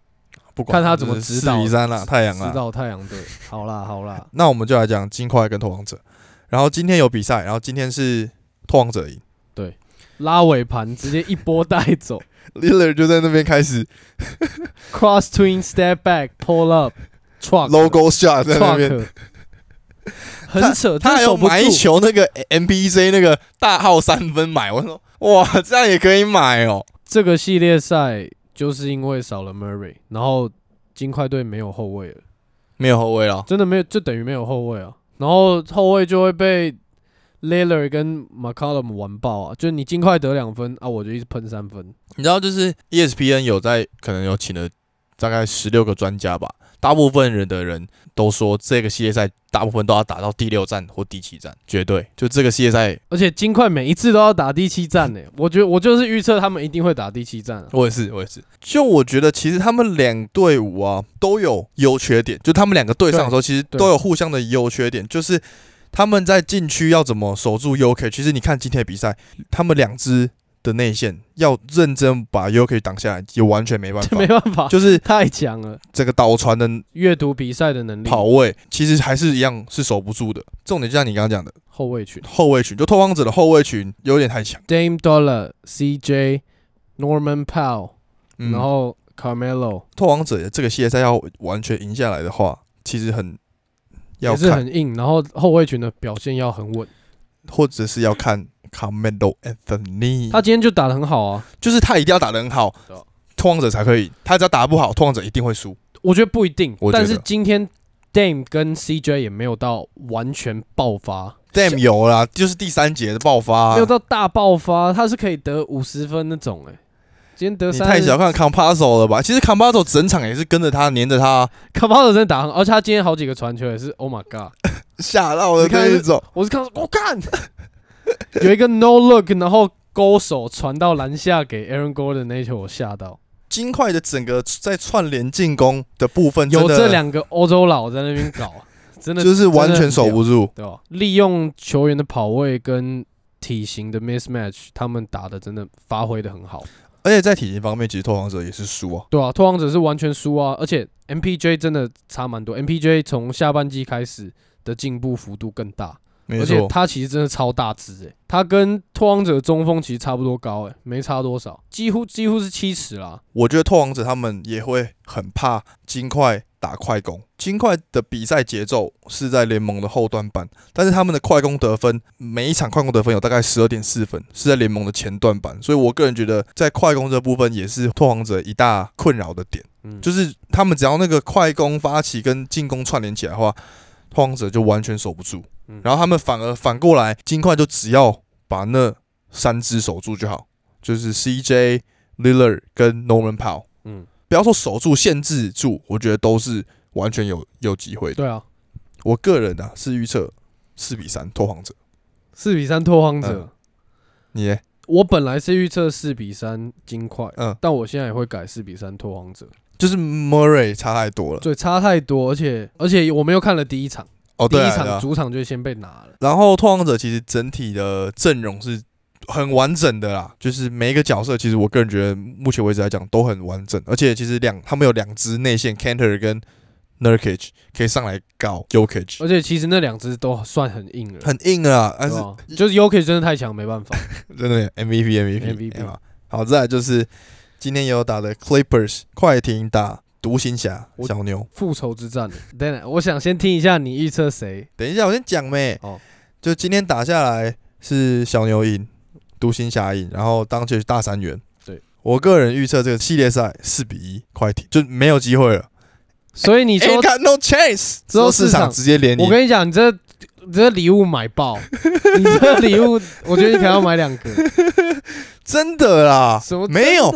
Speaker 1: 不管
Speaker 2: 看他怎么指导
Speaker 1: 四比三啊啦，太阳
Speaker 2: 知
Speaker 1: 啦，
Speaker 2: 道太阳队。好啦好啦，
Speaker 1: 那我们就来讲金块跟拓王者。然后今天有比赛，然后今天是拓王者赢
Speaker 2: 拉尾盘直接一波带 走
Speaker 1: ，Lillard 就在那边开始
Speaker 2: ，cross twin step back pull up truck
Speaker 1: logo shot 在那边，
Speaker 2: truck，很扯，
Speaker 1: 他还
Speaker 2: 真
Speaker 1: 有
Speaker 2: 守不
Speaker 1: 买一
Speaker 2: 住。
Speaker 1: 球那个 M B C 那个大号三分买，我说哇，这样也可以买哦。
Speaker 2: 这个系列赛就是因为少了 Murray，然后金块队没有后卫了，
Speaker 1: 没有后卫了，
Speaker 2: 真的没有，就等于没有后卫啊。然后后卫就会被 Lillard 跟 McCollum 完爆啊，就是你金块得两分啊，我就一直喷三分。
Speaker 1: 你知道就是 E ESPN 有在可能有请了大概十六个专家吧，大部分人的人都说这个系列赛大部分都要打到第六战或第七战，绝对就这个系列赛，
Speaker 2: 而且金块每一次都要打第七战呢、欸我觉得我就是预测他们一定会打第七战啊。
Speaker 1: 我也是我也是。就我觉得其实他们两队伍啊都有优缺点，就他们两个对上的时候其实
Speaker 2: 对
Speaker 1: 都有互相的优缺点，就是。他们在禁区要怎么守住 UK？其实你看今天的比赛，他们两支的内线要认真把 u k 挡下来，也完 全没办
Speaker 2: 这
Speaker 1: 法
Speaker 2: 没。办法，
Speaker 1: 就是
Speaker 2: 太强了。
Speaker 1: 这个倒传的
Speaker 2: 阅读比赛的能力，
Speaker 1: 跑位，其实还是一样是守不住的。重点就像你刚刚讲的，
Speaker 2: 后卫群
Speaker 1: 后卫群就拓荒者的后卫群有点太强。
Speaker 2: ，Dame Dollar、CJ、Norman Powell，、
Speaker 1: 嗯
Speaker 2: 然后 Carmelo
Speaker 1: 拓荒者这个系列赛要完全赢下来的话，其实很要
Speaker 2: 也是
Speaker 1: 看，
Speaker 2: 很硬，然后后卫群的表现要很稳。
Speaker 1: 或者是要看 Carmelo Anthony，
Speaker 2: 他今天就打得很好啊，
Speaker 1: 就是他一定要打得很好
Speaker 2: 对啊，
Speaker 1: 拓荒者才可以。他只要打得不好，拓荒者一定会输。
Speaker 2: 我觉得不一定
Speaker 1: 我，觉得
Speaker 2: 但是今天 Dame 跟 CJ 也没有到完全爆发，
Speaker 1: Damn 有啦，就是第三节的爆发、啊
Speaker 2: 没有到大爆发，他是可以得五十分那种哎、今天得
Speaker 1: 你
Speaker 2: 三，
Speaker 1: 太小看 Compasso 了吧？其实 Compasso 整场也是跟着他，黏着他，
Speaker 2: 卡巴尔真的打很好，而且他今天好几个传球也是，Oh my God！
Speaker 1: 吓到了
Speaker 2: 你看
Speaker 1: 那一种。
Speaker 2: 我是看到，我、干， 有一个 no look，然后勾手传到篮下给 Aaron Gordon 那一球，我吓到。
Speaker 1: 金块的整个在串联进攻的部分，
Speaker 2: 有
Speaker 1: 真的
Speaker 2: 这两个欧洲佬在那边搞， 真的
Speaker 1: 就是完全守不住。
Speaker 2: 对吧？利用球员的跑位跟体型的 mismatch，他们打的真的发挥的很好。
Speaker 1: 而且在体型方面，其实拓荒者也是输啊。
Speaker 2: 对啊，拓荒者是完全输啊，而且 MPJ 真的差蛮多，MPJ 从下半季开始的进步幅度更大。
Speaker 1: 没
Speaker 2: 而且
Speaker 1: 错，
Speaker 2: 他其实真的超大只诶、他跟拓荒者中锋其实差不多高诶、欸没差多少，几乎几乎是七尺啦。
Speaker 1: 我觉得拓荒者他们也会很怕金块打快攻。金块的比赛节奏是在联盟的后段半，但是他们的快攻得分，每一场快攻得分有大概十二点四分，是在联盟的前段半。所以我个人觉得，在快攻这部分也是拓荒者一大困扰的点，
Speaker 2: 嗯，就
Speaker 1: 就是他们只要那个快攻发起跟进攻串联起来的话，拓荒者就完全守不住
Speaker 2: 嗯。
Speaker 1: 然后他们反而反过来，金块就只要把那三只守住就好，就是 CJ、Lillard 跟 Norman Powell。
Speaker 2: 嗯，
Speaker 1: 不要说守住、限制住，我觉得都是完全有有机会的。
Speaker 2: 对啊，
Speaker 1: 我个人啊是预测四比三拓荒者，
Speaker 2: 四比三拓荒者，
Speaker 1: 嗯你耶
Speaker 2: 我本来是预测四比三金块，
Speaker 1: 嗯，
Speaker 2: 但我现在也会改四比三拓荒者，
Speaker 1: 就是 Murray 差太多了。
Speaker 2: 对，差太多，而且而且我们又看了第一场，
Speaker 1: 哦，
Speaker 2: 第
Speaker 1: 对
Speaker 2: 一
Speaker 1: 啊，对
Speaker 2: 场
Speaker 1: 啊
Speaker 2: 主场就先被拿了，
Speaker 1: 然后拓荒者其实整体的阵容是很完整的啦，就是每一个角色，其实我个人觉得目前为止来讲都很完整，而且其实两他们有两支内线 Cantor 跟 Nurkic 可以上来搞 Jokic，
Speaker 2: 而且其实那两只都算很硬了，
Speaker 1: 很硬啊，但是
Speaker 2: 呃对吧就是 UK 真的太强，没办法，
Speaker 1: 真的 MVP MVP
Speaker 2: MVP
Speaker 1: 嘛。哎好，再来就是今天也有打的 Clippers 快艇打独行侠
Speaker 2: 我
Speaker 1: 小牛。
Speaker 2: 复仇之 战。等等，我想先听一下你预测谁，
Speaker 1: 等一下，我先讲呗。
Speaker 2: 哦
Speaker 1: 就今天打下来是小牛赢，独行侠赢，然后当前大三元。
Speaker 2: 对
Speaker 1: 我个人预测这个系列赛四比一快艇就没有机会了。
Speaker 2: 所以你说
Speaker 1: Ain't got no chance，
Speaker 2: 之后
Speaker 1: 市
Speaker 2: 市场
Speaker 1: 场直接连
Speaker 2: 我
Speaker 1: 赢。
Speaker 2: 跟你讲，你这你这礼物 买爆，你这礼物，我觉得你可能要买两个。
Speaker 1: 真的啦，
Speaker 2: 什么
Speaker 1: 没有？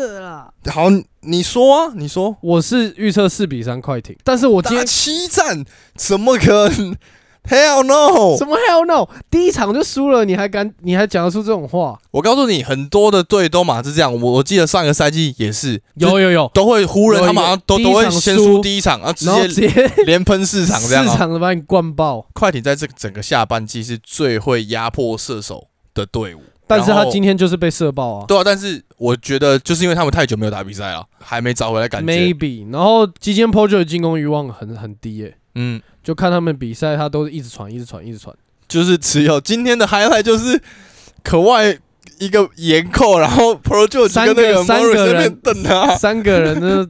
Speaker 1: 好，你你说啊，你说。
Speaker 2: 我是预测四比三快艇，但是我今
Speaker 1: 打
Speaker 2: 天
Speaker 1: 七战怎么可能？Hell no！
Speaker 2: 什么 hell no，第一场就输了，你还敢，你还讲得出这种话？
Speaker 1: 我告诉你，很多的队都嘛是这样。我我记得上个赛季也是，
Speaker 2: 有
Speaker 1: 就
Speaker 2: 有有，
Speaker 1: 都会湖人，
Speaker 2: 有一
Speaker 1: 他
Speaker 2: 个
Speaker 1: 马上都
Speaker 2: 第一
Speaker 1: 都会
Speaker 2: 场
Speaker 1: 先
Speaker 2: 输
Speaker 1: 输第一场，然后啊直
Speaker 2: 然后
Speaker 1: 接
Speaker 2: 直接
Speaker 1: 连喷四场这样
Speaker 2: 市
Speaker 1: 啊。
Speaker 2: 场的把你灌爆，
Speaker 1: 快艇在这个整个下半季是最会压迫射手的队伍，
Speaker 2: 但是
Speaker 1: 然
Speaker 2: 他
Speaker 1: 后
Speaker 2: 今天就是被射爆啊。
Speaker 1: 对啊，但是我觉得就是因为他们太久没有打比赛了，还没找回来感觉。
Speaker 2: Maybe，然后基间 p o r t e r 的进攻欲望很很低耶、
Speaker 1: 嗯，
Speaker 2: 就看他们比赛，他都是一直传，一直传，一直传。
Speaker 1: 就是只有今天的 highlight 就是可外一个严扣，然后 Pro j o
Speaker 2: 三
Speaker 1: 跟那
Speaker 2: 个三
Speaker 1: Morris
Speaker 2: 个
Speaker 1: 在那边
Speaker 2: 人
Speaker 1: 瞪他。
Speaker 2: 三个人呢，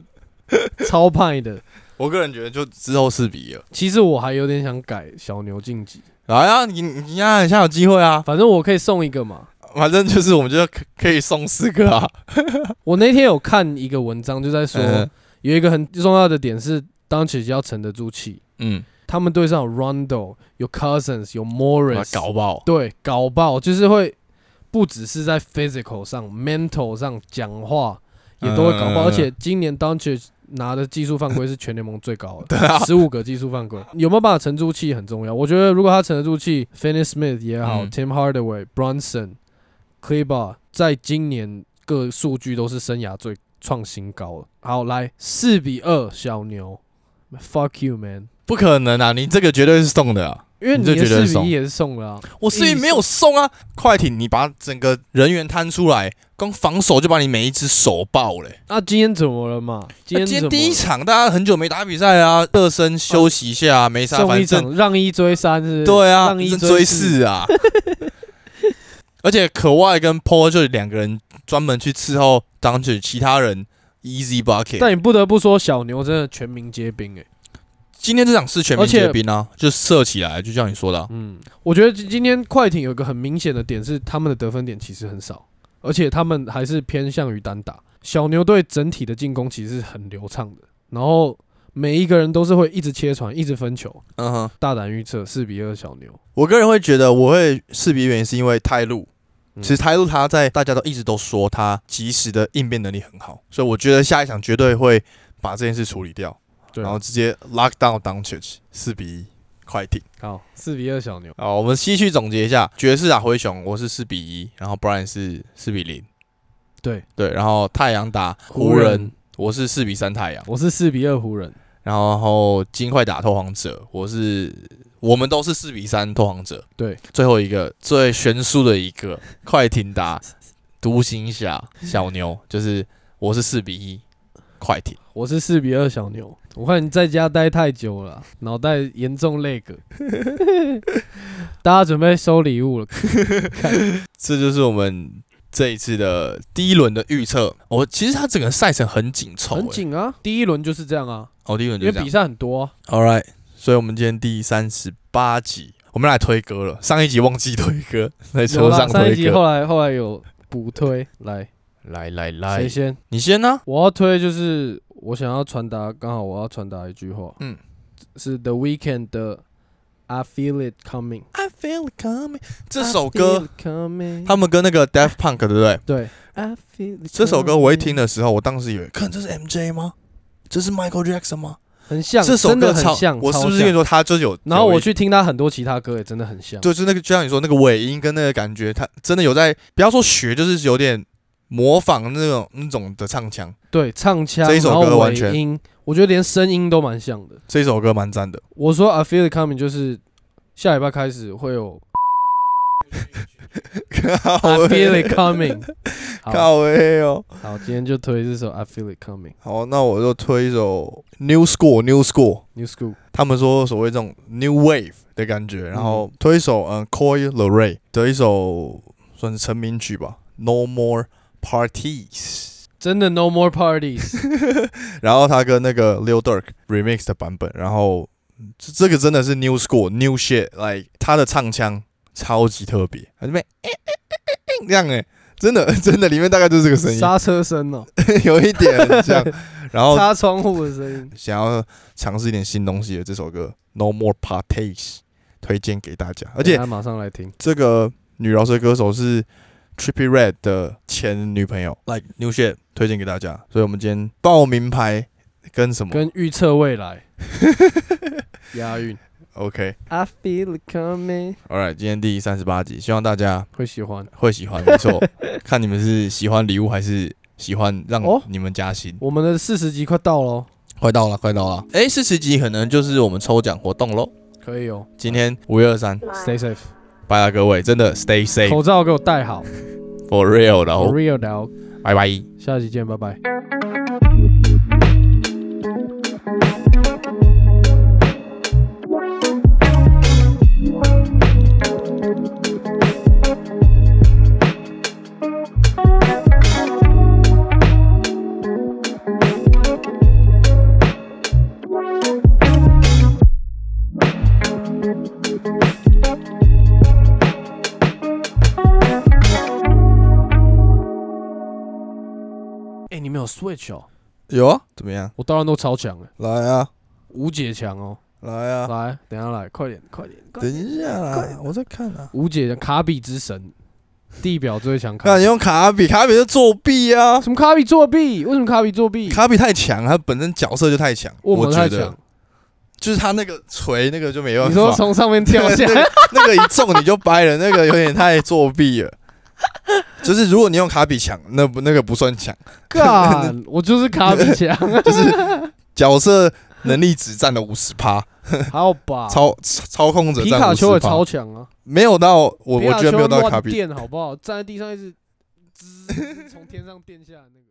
Speaker 2: 超派的。
Speaker 1: 我个人觉得就之后四比一了。
Speaker 2: 其实我还有点想改小牛晋级，
Speaker 1: 来啊，你你呀，你现在有机会啊！
Speaker 2: 反正我可以送一个嘛。
Speaker 1: 反正就是我们就可可以送四个啊。
Speaker 2: 我那天有看一个文章，就在说、
Speaker 1: 嗯
Speaker 2: 有一个很重要的点是，当其实要沉得住气。
Speaker 1: 嗯，
Speaker 2: 他们队上有 Rondo，有 Cousins，有 Morris，
Speaker 1: 搞爆。
Speaker 2: 对搞爆，就是会不只是在 physical 上、mental 上讲话也都会搞
Speaker 1: 嗯
Speaker 2: 爆。而且今年 d o n c h 拿的技术犯规是全联盟最高
Speaker 1: 对啊
Speaker 2: 的，十五、个技术犯规，有没有办法沉住气很重要。我觉得如果他沉得住气 f i n n y Smith 也好、
Speaker 1: 嗯
Speaker 2: t i m Hardaway、Bronson、c l e b a 在今年各数据都是生涯最创新高了。好，来四比二小牛，fuck you man。
Speaker 1: 不可能啊！你这个绝对是送的啊！
Speaker 2: 因为
Speaker 1: 你
Speaker 2: 你
Speaker 1: 就
Speaker 2: 的
Speaker 1: 觉得
Speaker 2: 四
Speaker 1: 很
Speaker 2: 比
Speaker 1: 爽
Speaker 2: 一也是送了啊，
Speaker 1: 我是没有送啊，快艇你把整个人员摊出来，光防守就把你每一只手爆嘞、
Speaker 2: 那啊今天怎么了嘛？今
Speaker 1: 那啊今
Speaker 2: 天怎
Speaker 1: 天
Speaker 2: 么
Speaker 1: 第一
Speaker 2: 了
Speaker 1: 场大家很久没打比赛啊，热身休息一下、啊，没啥，
Speaker 2: 嗯送一
Speaker 1: 反正
Speaker 2: 场让一追三是不是？
Speaker 1: 对啊，
Speaker 2: 让一
Speaker 1: 正追
Speaker 2: 四，
Speaker 1: 四啊。而且可外跟 Paul 就两个人专门去伺候当局其他人 Easy Bucket。
Speaker 2: 但你不得不说，小牛真的全民皆兵哎、
Speaker 1: 今天这场是全民
Speaker 2: 而且
Speaker 1: 皆兵啊，就射起来，就像你说的啊、
Speaker 2: 嗯，我觉得今今天快艇有一个很明显的点是，他们的得分点其实很少，而且他们还是偏向于单打。小牛队整体的进攻其实是很流畅的，然后每一个人都是会一直切传，一直分球。
Speaker 1: 嗯哼，
Speaker 2: 大胆预测四比二小牛，
Speaker 1: 我个人会觉得我会四比一原因是因为泰路。
Speaker 2: 嗯
Speaker 1: 其实泰路他在大家都一直都说他及时的应变能力很好，所以我觉得下一场绝对会把这件事处理掉，
Speaker 2: 对
Speaker 1: 然后直接 lock down down church 四比一快艇。
Speaker 2: 好四比二小牛，
Speaker 1: 啊，我们西区总结一下，爵士打灰熊，我是四比一，然后 Brian 是四比零，
Speaker 2: 对
Speaker 1: 对，然后太阳打湖人，，我是四比三太阳，
Speaker 2: 我是四比二湖人，
Speaker 1: 然后金块打拓荒者，我是我们都是四比三拓荒者，
Speaker 2: 对，
Speaker 1: 最后一个最悬殊的一个快艇打独行侠小牛，就是我是四比一快艇，
Speaker 2: 我是四比二小牛。我看你在家待太久了，脑袋严重那 个。大家准备收礼物了，
Speaker 1: 这就是我们。这一次的第一轮的预测，我、哦其实它整个赛程很紧凑、
Speaker 2: 很
Speaker 1: 欸，
Speaker 2: 紧啊！第一轮就是这样啊，
Speaker 1: 哦，第一轮就
Speaker 2: 因为
Speaker 1: 是这样
Speaker 2: 比。赛很多、啊。
Speaker 1: All right，所以我们今天第三十八集，我们来推歌了。上一集忘记推歌，在
Speaker 2: 有
Speaker 1: 车
Speaker 2: 啦
Speaker 1: 上
Speaker 2: 上一
Speaker 1: 推
Speaker 2: 集
Speaker 1: 歌。
Speaker 2: 后来后来有补推，来
Speaker 1: 来来
Speaker 2: 谁
Speaker 1: 来，
Speaker 2: 先？
Speaker 1: 你先啊呢、
Speaker 2: 我要推就是我想要传达，刚好我要传达一句话，
Speaker 1: 嗯，
Speaker 2: 是 The Weeknd 的 I Feel It Coming。
Speaker 1: i feel it coming。这首歌，
Speaker 2: 他
Speaker 1: 他们跟那个 Daft Punk 对不对？
Speaker 2: 对 I Feel It
Speaker 1: 这首歌我一听
Speaker 2: Coming
Speaker 1: 的时候，我当时以为，看这是 MJ 吗？这是 Michael Jackson 吗？
Speaker 2: 很像，
Speaker 1: 这首
Speaker 2: 真的
Speaker 1: 歌超
Speaker 2: 很像，，
Speaker 1: 我是
Speaker 2: 超
Speaker 1: 不是
Speaker 2: 像
Speaker 1: 跟你说他就有？
Speaker 2: 然后
Speaker 1: 有
Speaker 2: 我
Speaker 1: 一，
Speaker 2: 去听他很多其他歌，也真的很像。
Speaker 1: 就是那个，就像你说那个尾音跟那个感觉，他真的有在，不要说学，就是有点模仿那种那种的唱腔。
Speaker 2: 对，唱腔，
Speaker 1: 这一首歌
Speaker 2: 然后
Speaker 1: 完
Speaker 2: 尾
Speaker 1: 全
Speaker 2: 音，我觉得连声音都蛮像的。
Speaker 1: 这首歌蛮赞的。
Speaker 2: 我说 I feel it coming 就是下礼拜开始会
Speaker 1: 哦
Speaker 2: 有 I
Speaker 1: 靠
Speaker 2: feel it coming 好。好，
Speaker 1: 靠威哦。
Speaker 2: 今天就推这首 I feel it coming
Speaker 1: 好，那我就推一首 New School New School，
Speaker 2: New School。
Speaker 1: 他们说所谓这种 New Wave 的感觉，然后推一首嗯 Coy Leray 的一首算是成名曲吧，No More Parties，
Speaker 2: 真的 No more parties，
Speaker 1: 然后他跟那个 Lil Durk remix 的版本，然后这这个真的是 New School New Shit，like 他的唱腔超级特别，他这边欸欸欸欸欸这样哎、真的 真的里面大概就是这个 声音，哦
Speaker 2: 刹车声哦，
Speaker 1: 有一点很像，然后
Speaker 2: 擦窗户的声音。
Speaker 1: 想要尝试一点新东西的这首歌《No More Parties》推荐给大家。而且
Speaker 2: 大家马上来听，
Speaker 1: 这个女饶舌歌手是 Trippy Red 的前女朋友，Like New Shit 推荐给大家。所以我们今天报名牌跟什么
Speaker 2: 跟预测 未来押韵。
Speaker 1: ？OK，All
Speaker 2: I feel it coming，
Speaker 1: right，今天第三十八集，希望大家
Speaker 2: 会喜欢。
Speaker 1: 会喜欢。没 错，看你们是喜欢礼物还是喜欢让
Speaker 2: 哦
Speaker 1: 你们加薪。
Speaker 2: 我们的四十集快到喽，
Speaker 1: 快到了，快到了。哎，四十集可能就是我们抽奖活动喽。
Speaker 2: 可以哦。
Speaker 1: 今天五月二三，
Speaker 2: Stay safe，
Speaker 1: 拜了各位，真的 Stay safe
Speaker 2: 口罩给我戴好。
Speaker 1: for real 的哎哦
Speaker 2: For，real 聊，
Speaker 1: 拜拜。
Speaker 2: 下期见，拜拜。哎、你们有 Switch 哦？
Speaker 1: 有啊，怎么样？
Speaker 2: 我当然都超强了，
Speaker 1: 来啊，
Speaker 2: 吴姐强哦。
Speaker 1: 来啊，
Speaker 2: 来，等一下来，快点，快点，快
Speaker 1: 等
Speaker 2: 点！
Speaker 1: 一下啦，我在看啊。
Speaker 2: 吴姐强，卡比之神，地表最强卡
Speaker 1: 看
Speaker 2: 比。
Speaker 1: 用卡比，卡比就作弊啊！
Speaker 2: 什么卡比作弊？为什么卡比作弊？
Speaker 1: 卡比太强，他本身角色就太强，
Speaker 2: 我
Speaker 1: 我
Speaker 2: 们
Speaker 1: 觉
Speaker 2: 太
Speaker 1: 得
Speaker 2: 强。
Speaker 1: 就是他那个锤那个就没办法。
Speaker 2: 你说从上面跳 下
Speaker 1: 那
Speaker 2: 来
Speaker 1: 个，那个一中你就掰了，那个有点太作弊 了。就是如果你用卡比强，那不那个不算强，
Speaker 2: 干，我就是卡比强。
Speaker 1: 角色能力只占了五十趴，
Speaker 2: 还好吧？
Speaker 1: 操操操控者
Speaker 2: 皮
Speaker 1: 占
Speaker 2: 卡丘也
Speaker 1: 54%
Speaker 2: 超强啊！
Speaker 1: 没有到我，
Speaker 2: 皮
Speaker 1: 我
Speaker 2: 卡
Speaker 1: 觉得
Speaker 2: 丘
Speaker 1: 没有到
Speaker 2: 乱
Speaker 1: 卡比。
Speaker 2: 电好不好？站在地上一直滋从天上电下来那个。